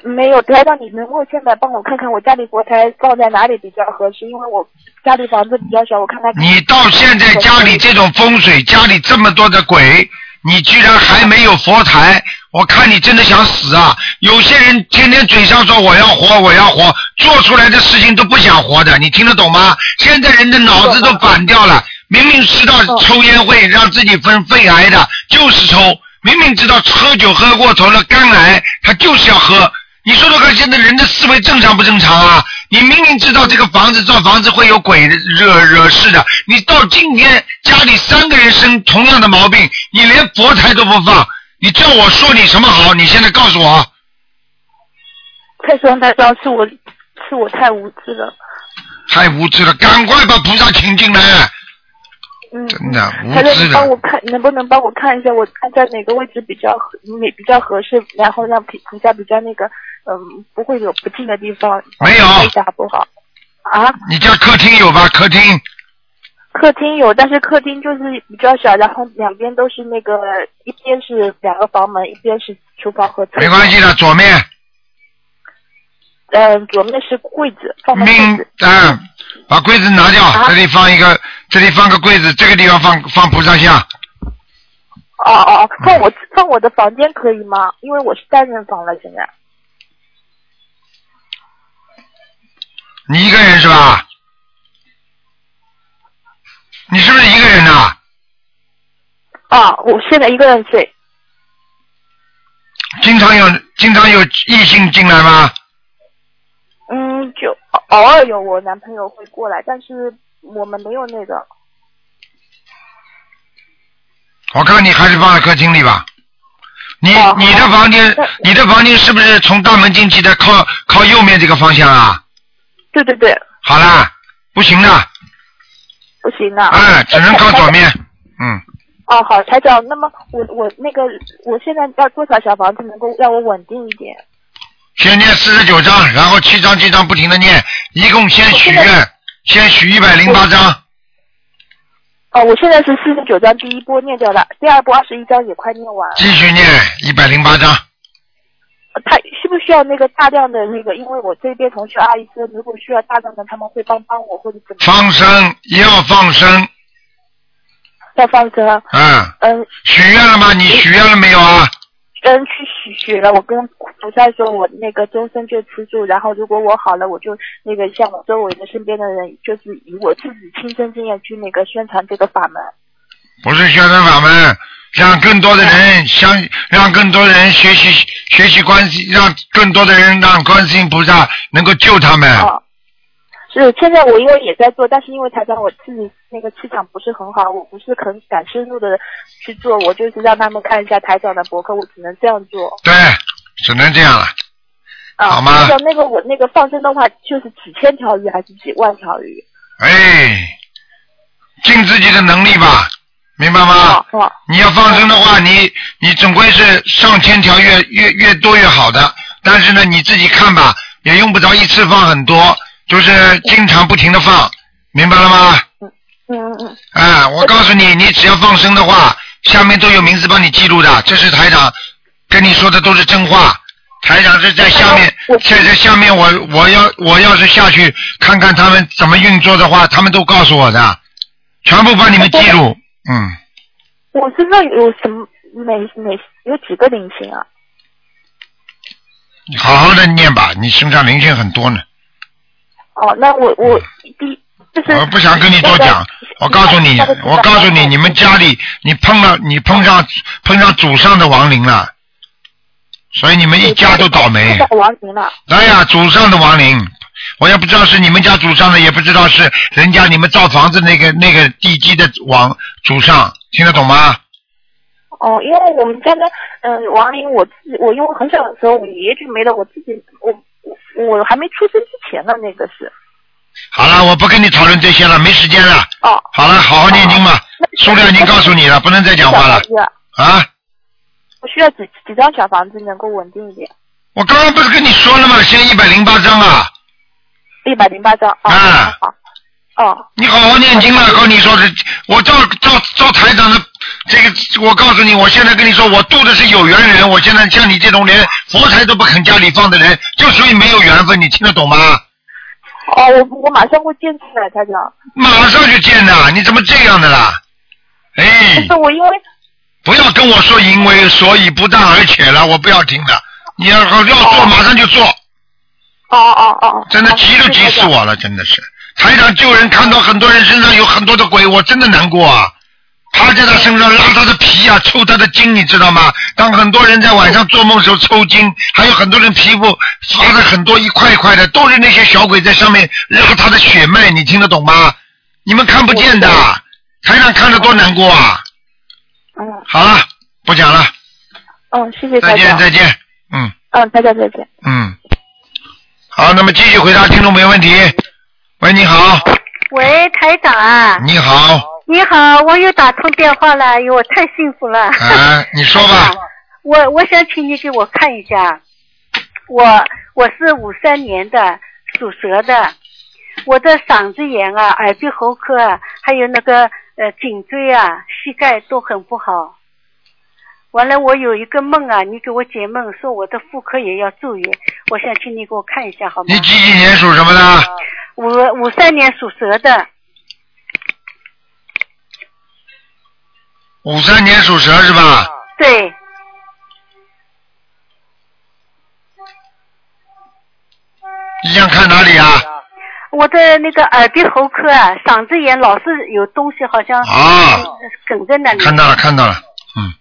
E: 没有，台长，你能够现在帮我看看我家里佛台放在哪里比较合适？因为我家里房子比较小，我看看。
A: 你到现在家里这种风水，家里这么多的鬼，你居然还没有佛台，我看你真的想死啊！有些人天天嘴上说我要活，我要活，做出来的事情都不想活的，你听得懂吗？现在人的脑子都反掉了，明明知道抽烟会让自己分肺癌的，就是抽；明明知道喝酒喝过头了肝癌，他就是要喝。你说说看，现在人的思维正常不正常啊？你明明知道这个房子造房子会有鬼惹惹事的，你到今天家里三个人生同样的毛病，你连佛台都不放，你叫我说你什么好？你现在告诉我，
E: 太双太双，是我是我太无知了。
A: 太无知了，赶快把菩萨请进来。
E: 嗯，
A: 真的无
E: 台长，
A: 知
E: 你帮
A: 的
E: 我。看能不能帮我看一下，我看在哪个位置比较合哪比较合适，然后让评评价比较那个，嗯，不会有不敬的地方。
A: 没有
E: 回答不好。啊，
A: 你家客厅有吧？客厅
E: 客厅有，但是客厅就是比较小，然后两边都是那个，一边是两个房门，一边是厨房和厕所。
A: 没关系的，左面
E: 嗯、左面是柜子，放放柜
A: 命
E: 子。
A: 啊，把柜子拿掉，
E: 啊
A: 这里放一个，这里放个柜子，这个地方放放菩萨像。
E: 哦哦哦，放我放我的房间可以吗？因为我是单人房了，现在。
A: 你一个人是吧？你是不是一个人呐、
E: 啊，我现在一个人睡。
A: 经常有经常有异性进来吗？
E: 嗯，就偶尔有我男朋友会过来，但是我们没有那个。
A: 我看你还是放在客厅里吧。你
E: 哦好
A: 你的房间
E: 那，
A: 你的房间是不是从大门进去的靠靠右面这个方向啊？
E: 对对对，
A: 好啦，不行的，
E: 不行的。
A: 哎，只能靠左面。嗯，
E: 哦，好，台长，那么我我那个我现在要多少小房子能够让我稳定一点？
A: 先念四十九章，然后七章七章不停的念，一共先许
E: 我现
A: 愿，先许一百零八章。
E: 哦，我现在是四十九章，第一波念掉了，第二波二十一章也快念完了。
A: 继续念一百零八章，
E: 他需不需要那个大量的那个？因为我这边同事阿姨说，如果需要大量的，他们会帮帮我或者怎么样
A: 放生也要放生，
E: 要放生。
A: 嗯，
E: 嗯
A: 许愿了吗？你许愿了没有啊？
E: 嗯，去许许了，我跟菩萨说，我那个终身就吃素，然后如果我好了，我就那个向我周围的身边的人，就是以我自己亲身经验去那个宣传这个法门。
A: 不是宣传法门，让更多的人相，让更多的人学习学习观世，让更多的人让观世音菩萨能够救他们。
E: 哦，是现在我因为也在做，但是因为台长我自己那个气场不是很好，我不是很敢深入的去做，我就是让他们看一下台长的博客，我只能这样做。
A: 对，只能这样了。
E: 啊，
A: 好吗
E: 台长，那个我那个放生的话，就是几千条鱼还是几万条鱼？
A: 哎，尽自己的能力吧，明白吗
E: 哦？哦
A: 你要放生的
E: 嗯
A: 话，你你总归是上千条越越越多越好的，但是呢，你自己看吧，也用不着一次放很多，就是经常不停的放，明白了吗？
E: 嗯嗯嗯。
A: 哎，我告诉你，你只要放生的话，下面都有名字帮你记录的。这是台长跟你说的，都是真话。台长是在下面
E: 哎我，
A: 在这下面我我要我要是下去看看他们怎么运作的话，他们都告诉我的，全部帮你们记录。嗯，
E: 我身上有什么哪哪有几个灵性啊？
A: 你好好的念吧，你身上灵性很多呢。
E: 哦，那我我第就是
A: 我嗯啊不想跟你多讲，我告诉你，我告诉你，你们家里你碰到你碰上碰上祖上的亡灵了，所以你们一家都倒霉。
E: 碰到亡灵了。
A: 哎呀，祖上的亡灵，我也不知道是你们家祖上的，也不知道是人家你们造房子那个那个地基的王祖上，听得懂吗？
E: 哦，因为我们家的嗯、呃亡灵，我自己我因为很小的时候我爷爷就没了，我自己我我我还没出生之前呢，那个是
A: 好了，我不跟你讨论这些了，没时间了。
E: 哦。
A: 好了，好好念经吧。数量已经告诉你了，不能再讲话了
E: 小房子
A: 啊！
E: 我需要几几张小房子能够稳定一点？
A: 我刚刚不是跟你说了吗？先一百零八章啊，
E: 一百零八张哦
A: 啊
E: 好，哦，
A: 你好好念经了。跟你说是，我照照照台长的这个，我告诉你，我现在跟你说，我度的是有缘人。我现在像你这种连佛台都不肯家里放的人，就属于没有缘分，你听得懂吗？
E: 哦，我我马上会见出来，台长。
A: 马上就见呐！你怎么这样的啦？
E: 但
A: 哎
E: 是，我因为
A: 不要跟我说因为所以不但而且了，我不要听的。你要要做，马上就做，
E: 哦哦哦哦，
A: 真的
E: 好
A: 急都急死。我了，真的是。台长救人，看到很多人身上有很多的鬼，我真的难过啊！趴在他身上拉他的皮啊，抽他的筋，你知道吗？当很多人在晚上做梦的时候抽筋，还有很多人皮肤发的很多一块一块的，都是那些小鬼在上面拉他的血脉，你听得懂吗？你们看不见的，台长看着多难过啊！
E: 台长
A: 好了，不讲了，
E: 嗯嗯，谢谢
A: 再
E: 台
A: 见
E: 长。
A: 再见，嗯
E: 嗯，台长再见。
A: 嗯，好，那么继续回答听众没问题。喂，你好，
B: 喂，台长啊，
A: 你好，
E: 你好，我又打通电话了，哎呦，我太幸福了。
A: 啊，你说吧，
E: 我我想请你给我看一下，我我是五三年的，属蛇的，我的嗓子眼啊、耳鼻喉科啊，还有那个呃颈椎啊、膝盖都很不好。完了，我有一个梦啊，你给我解梦，说我的妇科也要住院，我想请你给我看一下好吗
A: 你？几几年属什么的？
E: 五五三年属蛇的，
A: 五三年属蛇是吧？
E: 对，
A: 你想看哪里啊？
E: 我的那个耳鼻喉科啊，嗓子眼老是有东西，好像呃
A: 啊，
E: 梗在那里。
A: 看到了，看到了，嗯，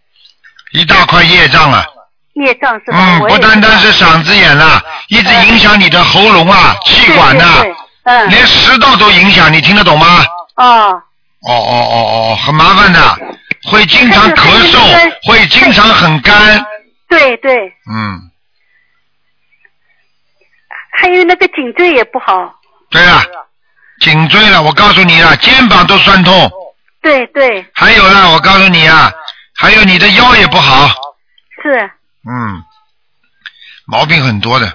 A: 一大块业障啊，
E: 孽障是吧？
A: 嗯，
E: 我
A: 不
E: 也嗯
A: 单单是嗓子眼啦，一直影响你的喉咙啊、气管呐、
E: 对对对嗯，
A: 连食道都影响，你听得懂吗？
E: 哦，
A: 哦哦哦哦，很麻烦的，会经常咳
E: 但是
A: 嗽，会经常很干，
E: 对对，
A: 嗯，
E: 还有那个颈椎也不好，
A: 对了，颈椎了，我告诉你啊，肩膀都酸痛，
E: 对对
A: 还有呢，我告诉你啊，还有你的腰也不好，
E: 是
A: 嗯，毛病很多的。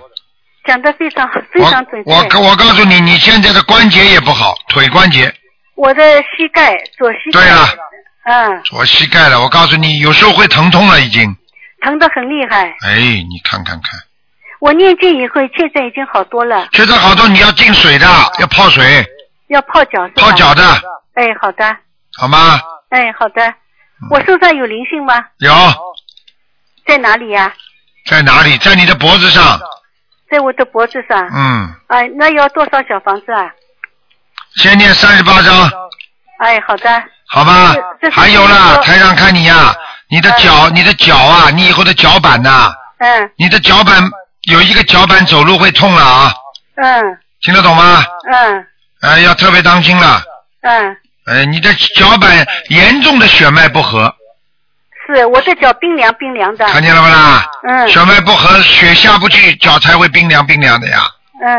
E: 讲的非常非
A: 我
E: 常准确。
A: 我告我告诉你，你现在的关节也不好，腿关节，
E: 我的膝盖左膝盖，
A: 对啊了，
E: 嗯，
A: 左膝盖了。我告诉你，有时候会疼痛了已经。
E: 疼得很厉害。
A: 哎，你看看看，
E: 我念经以后，现在已经好多了，
A: 现在好多你要进水的，要泡水，
E: 要泡脚是吧？
A: 泡脚。的，
E: 哎，好的，
A: 好吗？
E: 哎，好的。
A: 嗯
E: 我身上有灵性吗？
A: 有
E: 在哪里呀、
A: 在哪里？在你的脖子上，
E: 在我的脖子上。
A: 嗯，
E: 哎，那要多少小房子啊？
A: 先念三十八章，
E: 哎，好的。
A: 好吧
E: 这这？是
A: 还有
E: 你
A: 啦，
E: 说
A: 台上看你呀、你的脚，你的脚啊，你以后的脚板呐、
E: 嗯
A: 你的脚板有一个脚板走路会痛了啊，
E: 嗯
A: 听得懂吗？
E: 嗯
A: 哎，要特别当心了。
E: 嗯，
A: 呃，你的脚板严重的血脉不和，
E: 是我的脚冰凉冰凉的。
A: 看见了不啦？
E: 嗯
A: 血脉不和，血下不去，脚才会冰凉冰凉的呀，
E: 嗯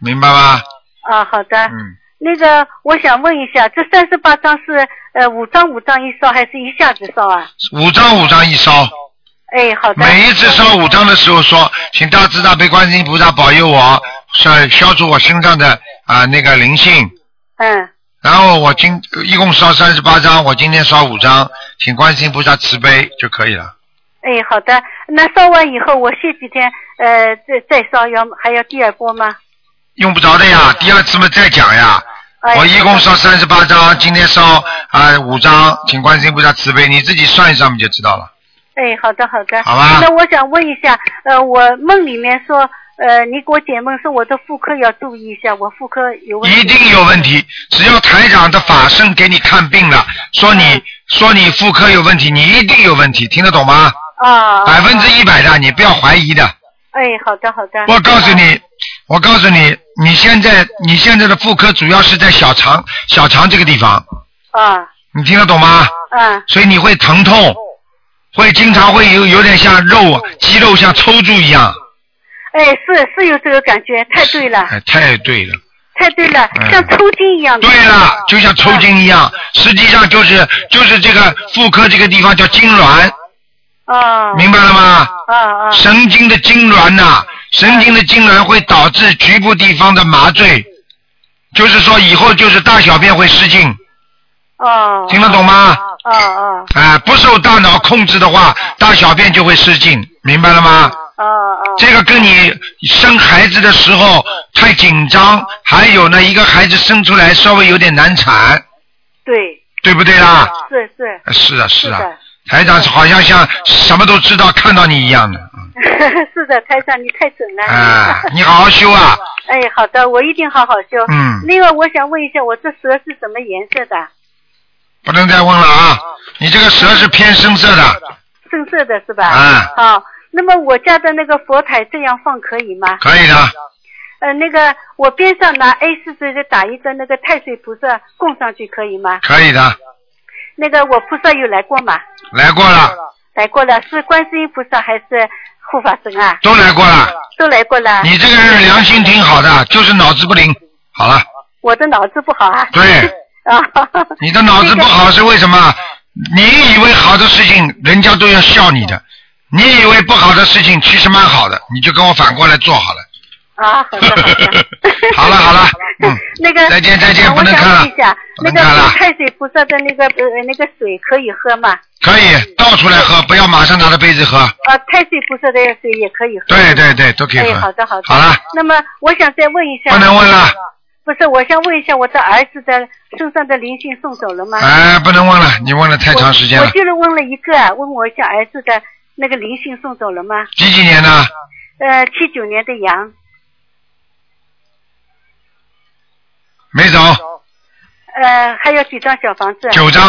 A: 明白吗？
E: 啊，好的。
A: 嗯，
E: 那个，我想问一下，这三十八张是呃五张五张一烧，还是一下子烧啊？
A: 五张五张一烧，
E: 哎，好的。
A: 每一次烧五张的时候说，请大慈大悲观世音菩萨保佑我，消消除我身上的啊、那个灵性。
E: 嗯
A: 然后我今一共烧三十八张，我今天烧五张，请观世音菩萨慈悲就可以了。
E: 哎，好的。那烧完以后，我歇几天，呃，再再烧要还要第二波吗？
A: 用不着的呀，第二次嘛再讲呀。
E: 哎、
A: 我一共烧三十八张，今天烧啊五、张，请观世音菩萨慈悲，你自己算一算不就知道了？
E: 哎，好的好的。
A: 好吧
E: 那我想问一下，呃，我梦里面说，呃，你给我解梦说我的妇科要注意一下，我妇科有问题。
A: 一定有问题，只要台长的法身给你看病了，说
E: 嗯
A: 你说你妇科有问题，你一定有问题，听得懂吗？
E: 啊。
A: 百分之一百的，你不要怀疑的。
E: 哎，好的好的。
A: 我告诉你，我告诉你，你现在你现在的妇科主要是在小肠小肠这个地方，
E: 啊
A: 你听得懂吗？
E: 啊
A: 所以你会疼痛，会经常会有有点像肉啊肌肉像抽搐一样。
E: 哎，是是有这个感觉，太对了，
A: 哎，太对了，
E: 太对了，
A: 嗯
E: 像抽筋一样的。啊
A: 对了，就像抽筋一样，实际上就是就是这个妇科这个地方叫痉挛，
E: 啊
A: 明白了吗？
E: 啊啊
A: 神经的痉挛呐、神经的痉挛会导致局部地方的麻醉，就是说以后就是大小便会失禁，
E: 啊
A: 听得懂吗？
E: 啊啊
A: 啊，不受大脑控制的话，大小便就会失禁，明白了吗？
E: 啊啊！
A: 这个跟你生孩子的时候太紧张，还有呢，一个孩子生出来稍微有点难产，
E: 对，
A: 对不对啦？
E: 是是
A: 是啊，是
E: 是
A: 啊
E: 的，
A: 台长好像像什么都知道，看到你一样的。嗯
E: 是的，台长你太准了。
A: 啊，你好好修啊，
E: 哎，好的，我一定好好修。
A: 嗯
E: 另外，我想问一下，我这蛇是什么颜色的？
A: 不能再问了啊。你这个蛇是偏深色的，
E: 深色的是吧？
A: 啊，
E: 好，那么我家的那个佛台这样放可以吗？
A: 可以的，
E: 呃，那个我边上拿 A 四纸的打一个那个太岁菩萨供上去可以吗？
A: 可以的，
E: 那个我菩萨有来过吗？
A: 来过了，
E: 来过了，是观世音菩萨还是护法神啊？
A: 都来过了。
E: 都来过了。
A: 你这个人良心挺好的，就是脑子不灵。好了，
E: 我的脑子不好啊。
A: 对，
E: 啊、
C: 啊，
A: 你的脑子不好是为什么？你以为好的事情，人家都要笑你的；你以为不好的事情，其实蛮好的，你就跟我反过来做 好了。。
C: 啊，好的好的
A: 好了好了，嗯，
C: 那个
A: 再见再见
C: 啊
A: 不能
C: 我想
A: 看了
C: 问一下，
A: 不
C: 那
A: 能
C: 个
A: 看了
C: 开水菩萨的那个呃那个水可以喝吗？
A: 可以倒出来喝，不要马上拿着杯子喝。
C: 啊，开水菩萨的水也可以喝。
A: 对对对，都可以
C: 哎，
A: 喝。
C: 好的好的。
A: 好了，
C: 那么我想再问一下。
A: 不能问了。
C: 不是，我想问一下，我的儿子的身上的灵性送走了吗？
A: 哎，不能问了，你问了太长时间
C: 我
A: 了
C: 我。就是问了一个，啊问我一下儿子的那个灵性送走了吗？
A: 几几年的？
C: 呃，七九年的羊，
A: 没走，
C: 啊呃，还有几张小房子？
A: 九张。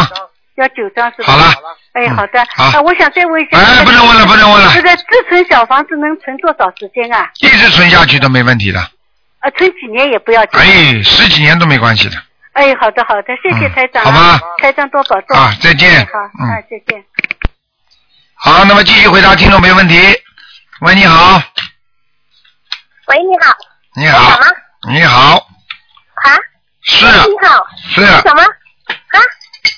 C: 要九张是吧？
A: 好了。
C: 哎，
A: 嗯
C: 好的。
A: 好
C: 啊，我想再问一下。
A: 哎，不能问了，不能问了
C: 这，个自存小房子能存多少时间啊？
A: 一直存下去都没问题的。
C: 啊，存几年也不要紧。
A: 哎，十几年都没关系的。
C: 哎，好的好的，谢谢台长、啊
A: 嗯好吧
C: 台长多保重。
A: 啊，再
C: 哎
A: 见。
C: 好，啊
A: 嗯，，
C: 再见。
A: 好，那么继续回答听众没问题。喂，你好，
E: 喂，你好，
A: 你好
E: 什，
A: 你好，
E: 啊，
A: 是
E: 你
C: 哎
E: 好，
A: 是
E: 什么？啊，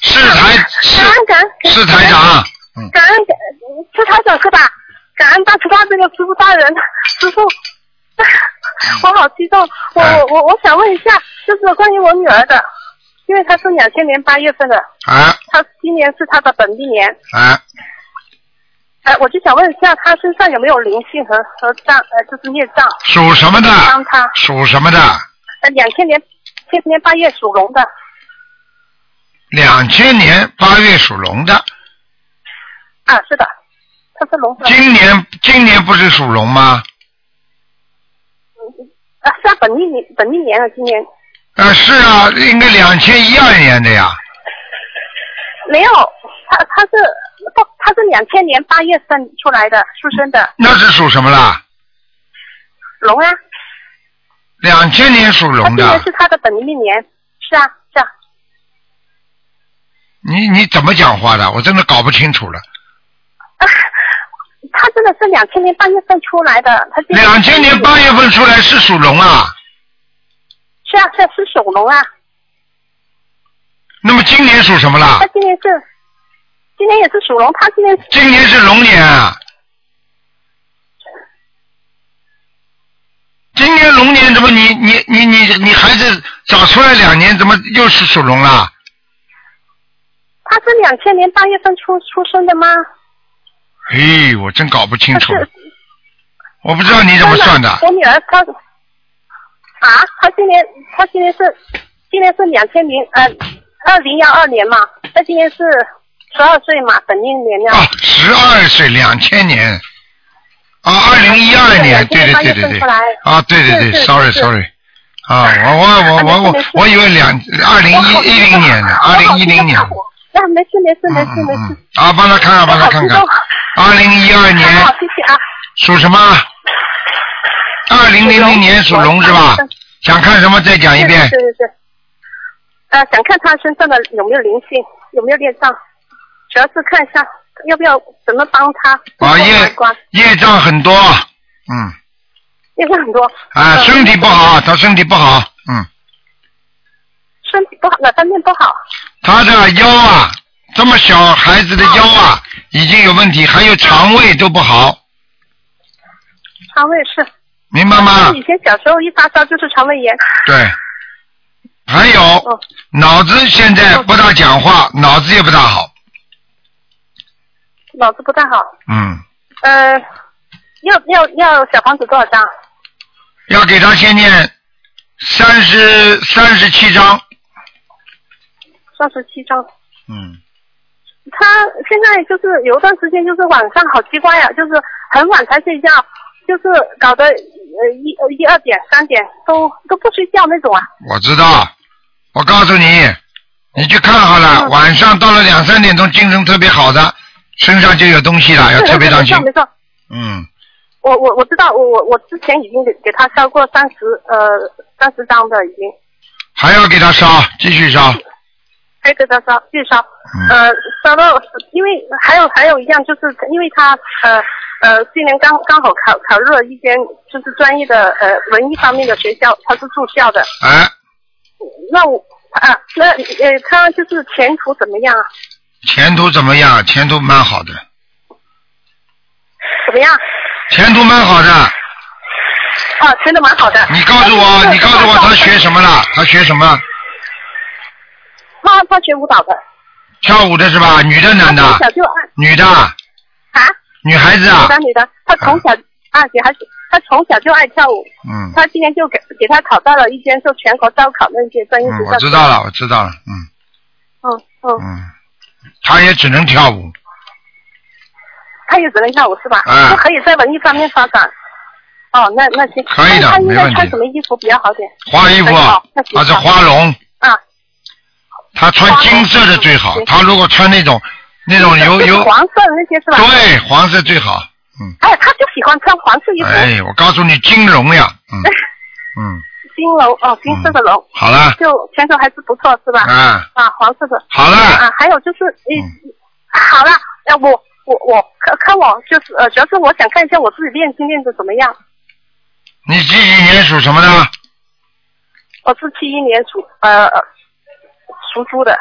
A: 是台
E: 感恩
A: 是
E: 感恩
A: 是台长，嗯，
E: 感恩感恩是台长是吧？感恩大慈大悲的师傅大人，师傅， 我好激动，我
A: 哎
E: 我我我想问一下，就是关于我女儿的，因为她是两千年八月份的，
A: 啊
E: 她今年是她的本命年，
A: 啊，
E: 哎、我就想问一下，她身上有没有灵性和和障，呃，就是孽障，
A: 属什么的？
E: 帮她，
A: 属什么的？
E: 呃，两千年，千年八月属龙的，
A: 两千年八月属龙的，
E: 啊，是的，她是龙的，
A: 今年今年不是属龙吗？
E: 啊，是啊，本命年，本命年了，今年。
A: 啊，是啊，应该两千一二年的呀。
E: 没有，他他是不，他是两千年八月份出来的，出生的
A: 那是属什么啦？
E: 龙啊，
A: 两千年属
E: 他
A: 龙
E: 今年
A: 的
E: 是，他的本命年，是啊是啊，
A: 你你怎么讲话的？我真的搞不清楚了。
E: 啊，他真的是两千年八月份出来的，他今
A: 两千年八月份出来是属龙啊，
E: 是啊是啊是属龙啊，
A: 那么今年属什么啦
E: 他？今年是今年也是属龙，他今年
A: 今年是龙年啊。今年龙年怎么你你你你你孩子早出来两年，怎么又是属龙啊啦？
E: 他是两千年八月份出出生的吗？
A: 嘿，哎我真搞不清
E: 他
A: 楚
E: 是
A: 了，我不知道你怎么算的。
E: 我女儿她啊，她今年她今年是今年是两千零呃二零幺二年嘛，她今年是十二岁嘛，本命年呀。
A: 啊，十二岁，两千年，啊，二零一二年，对对对对对，啊，对对对，sorry，sorry，啊，我我我我我我以为两二零一一零年呢，二零一零年，
E: 那没事没事
A: 嗯
E: 没事
A: 嗯
E: 没
A: 嗯
E: 事，，
A: 啊，帮他看看，帮他看看，二零一二年
E: 好谢谢啊。
A: 属什么？二零零零年属龙是吧？想看什么再讲一遍啊
E: 对对对。
C: 啊
E: 呃，想看他身上的有没有灵性，有没有孽障，主要是看一下要不要怎么帮他
A: 啊，
E: 过
A: 业
E: 关，
A: 业障很多，嗯，
E: 孽障很多。
A: 啊，
E: 呃
A: 身体不好，他身体不好，嗯。
E: 身体不好，哪方面不好？
A: 他的腰啊，这么小孩子
E: 哦
A: 的腰啊，已经有问题，还有肠胃都不好，
E: 肠胃是。
A: 明白吗
E: 哦以？前小时候一发烧就是肠胃炎。
A: 对。还有
E: 哦，
A: 脑子现在
D: 哦
A: 不大讲话，脑子也不大好，
E: 脑子不太好。
A: 嗯，
E: 呃，要要要小房子多少张？
A: 要给他先念三十三十七章，
E: 三十七张。
A: 嗯，
E: 他现在就是有一段时间，就是晚上好奇怪呀、啊就是很晚才睡觉，就是搞得呃一呃一二点三点都都不睡觉那种啊。
A: 我知道，我告诉你，你去看好
D: 哦
A: 了，晚上到了两三点钟，精神特别好的，身上就有东西了，要特别当心
E: 没错，没错，
A: 嗯，
E: 我我我知道，我我我之前已经给给他烧过三十呃三十张的已经。
A: 还要给他烧，继续烧，
E: 还给他烧，继续烧，
A: 嗯
E: 呃，烧到，因为还有还有一样，就是因为他呃呃，今年刚刚好考考入了一间就是专业的呃文艺方面的学校，他是住校的。
A: 哎。
E: 那我
D: 啊，那呃，他就是前途怎么样？啊？
A: 前途怎么样？前途蛮好的，
D: 怎么样？
A: 前途蛮好的。
D: 啊，前途蛮哦好的。
A: 你告诉我，你告诉我他学什么了？他学什么？
D: 他他学舞蹈的。
A: 跳舞的是
D: 嗯
A: 吧？女的男的？
D: 他从小就爱
A: 女的，
D: 啊，
A: 女孩子
D: 女
A: 啊
D: 的。女的，他从小啊，女孩子，他从小就爱跳舞。
A: 嗯
D: 他今年就给给他考到了一间就全国招考那些专业
A: 嗯
D: 学，校。
A: 我知道了，我知道了，嗯
D: 嗯嗯，
A: 嗯，他也只能跳舞，
D: 他也只能跳舞是吧？
A: 哎
D: 不可以在文艺方面发展。哦，那那行。
A: 可以的
D: 那他应
A: 没问
D: 该
A: 题
D: 穿什么衣服比较好点？
A: 花衣服
D: 很好那，行
A: 他是
D: 好
A: 花龙，
D: 啊，
A: 他穿金色的最好
D: 花，龙
A: 他如果穿那种那种有
D: 就是
A: 有
D: 黄色的那些是吧？。
A: 对黄色最好，嗯，
D: 哎，他就喜欢穿黄色衣服，
A: 哎，我告诉你金龙呀，嗯嗯，
D: 金龙哦，金色的龙，
A: 好了，
D: 就前途还是不错是吧？
A: 啊，
D: 啊，黄色的。
A: 好了，
D: 啊，还有就是，嗯，
A: 嗯，
D: 好了，呃，我我我看看我就是呃，主要是我想看一下我自己练经练的怎么样。
A: 你几几年属什么的？
D: 我是七一年属呃呃属猪的。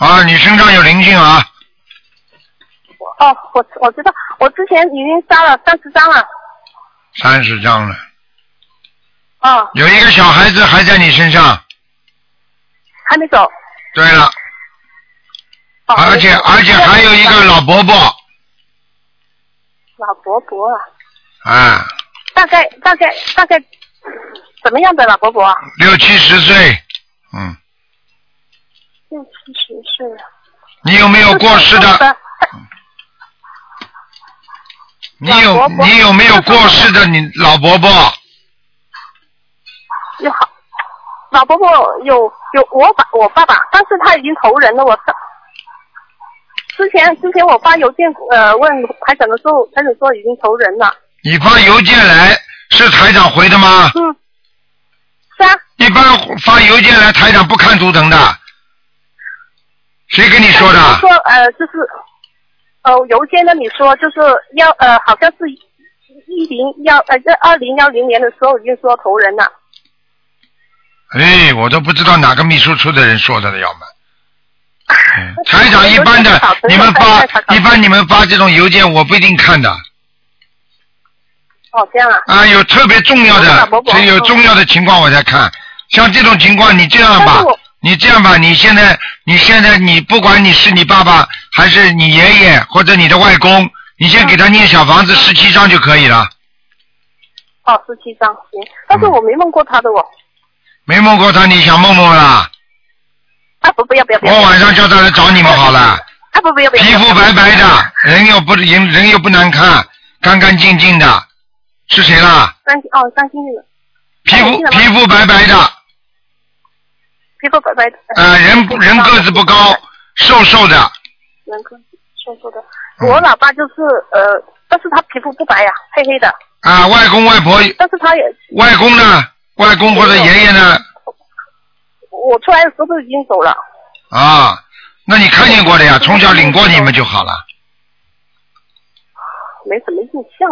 A: 啊，你身上有灵性啊，
D: 哦，我我知道，我之前已经杀了三十张了。
A: 三十张了，
D: 哦，
A: 有一个小孩子还在你身上。
D: 还没走。
A: 对了，
D: 哦、
A: 而且而且还有一个老伯伯，
D: 老伯伯啊，
A: 啊，
D: 大概大概大概怎么样的老伯伯啊？
A: 六七十岁，嗯，
D: 六七十岁啊了。
A: 你有没有过世的？你有
D: 老伯伯
A: 你有没有过世的？你老伯伯
D: 有好，老伯伯有有我爸我爸爸，但是他已经投人了。我上之前之前我发邮件呃问台长的时候，台长说已经投人了。
A: 你发邮件来是台长回的吗？
D: 嗯，是啊，
A: 一般发邮件来台长不看图腾的，谁跟你说
D: 但是
A: 的
D: 他？说呃就是呃邮件那里说就是要呃好像是一零幺呃在二零幺零年的时候已经说投人了。
A: 哎，我都不知道哪个秘书处的人说的了，要么。嗯台长一般的，你们发一般你们发这种邮件，我不一定看的。
D: 哦，这样啊。
A: 啊，有特别重要
D: 我知道
A: 的
D: 伯，伯
A: 这有重要的情况我才看。像这种情况，你这样
D: 但
A: 吧
D: 是我，
A: 你这样吧，你现在，你现在，你不管你是你爸爸还是你爷爷或者你的外公，你先给他念小房子十七章就可以了。
D: 嗯
A: 嗯
D: 哦，十七张行，但是我没梦过他的我。哦
A: 没梦过他，你想梦梦啦？
D: 啊不不要不要不要！
A: 我晚上叫他来找你们好了。
D: 啊不不要不要！
A: 皮肤白白的，人又不人人又不难看，干干净净的，是谁啦？
D: 三星哦，三星那个
A: 皮
D: 哎
A: 肤
D: 是的
A: 皮肤白白的，
D: 皮肤白白的。
A: 呃，人人个子不高，瘦瘦的，
D: 人个子瘦瘦的。我老爸就是呃，但是他皮肤不白呀、黑黑的，
A: 啊，外公外婆
D: 但是他也，
A: 外公呢？外公或者爷爷呢？
D: 我出来的时候都已经走了。
A: 啊，那你看见过的呀，从小领过你们就好了。
D: 没什么印象、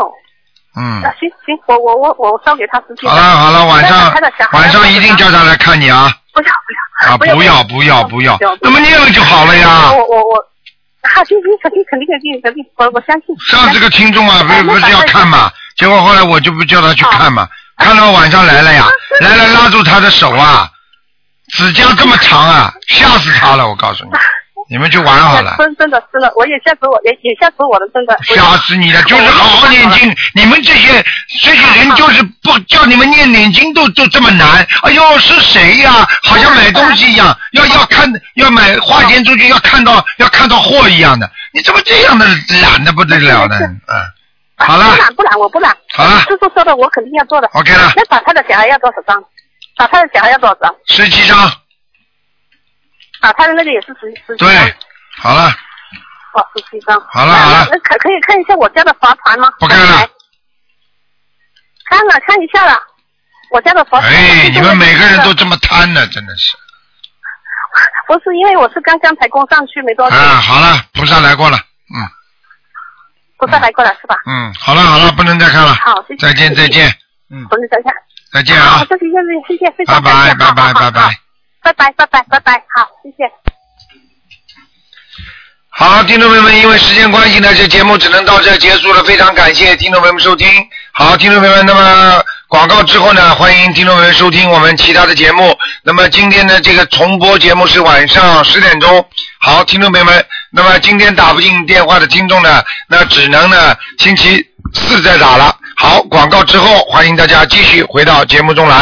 A: 嗯，
D: 啊，行行，我我我我烧给他十七。
A: 好了好了，晚上
D: 他的小孩
A: 晚上一定叫他来看你啊
D: 不要不要
A: 啊！不要不要不要，那么念了就好了呀。
D: 我我我，啊，行行，肯定肯定肯定肯定，我我相信。
A: 上次个听众啊，不不是要看嘛，结果后来我就不叫他
D: 哦
A: 去看嘛，看到晚上来了呀，来了拉住他的手啊，指甲这么长啊，吓死他了！我告诉你，你们去玩好了，
D: 真真的真的，我也吓死我，也也吓死我了，真的。
A: 吓死你了！就是好好念经，你们这些这些人就是不叫你们念念经都都这么难。哎呦，是谁呀、好像买东西一样，要要看要买花钱出去要看到要看到货一样的，你怎么这样的懒的不得了
D: 哦
A: 呢？嗯，好了。
D: 不懒不懒，我不懒。
A: 好了
D: 师傅说的，我肯定要做的。
A: OK 了
D: 那打他的小孩要多少张？打他的小孩要多少张？
A: 十七张，
D: 打他的那个也是十十七张。
A: 对，好了，
D: 哦，十七张。
A: 好了好了
D: 那可可以看一下我家的佛牌吗？
A: 不看了。
D: 看了看一下了，我家的佛牌。
A: 哎，你们每个人都
D: 就是
A: 这么贪呢，真的是。
D: 不是因为我是刚刚才供上去没多久，
A: 啊，好了，菩萨来过了，嗯
D: 不是来过来是吧？
A: 嗯，好了好了，不能再看了，
D: 好，谢谢。
A: 再见再见
D: 不能等一下。
A: 再见
D: 好
A: 啊，
D: 哦谢谢谢谢谢谢。
A: 拜拜
D: 再见
A: 拜
D: 好
A: 拜拜
D: 好好
A: 拜。
F: 拜拜，拜拜，拜拜，好，谢谢。
A: 好，听众朋友们，因为时间关系呢，这节目只能到这结束了。非常感谢听众朋友们收听。好，听众朋友们，那么广告之后呢，欢迎听众朋友们收听我们其他的节目。那么今天的这个重播节目是晚上十点钟。好，听众朋友们，那么今天打不进电话的听众呢，那只能呢星期四再打了。好，广告之后，欢迎大家继续回到节目中来。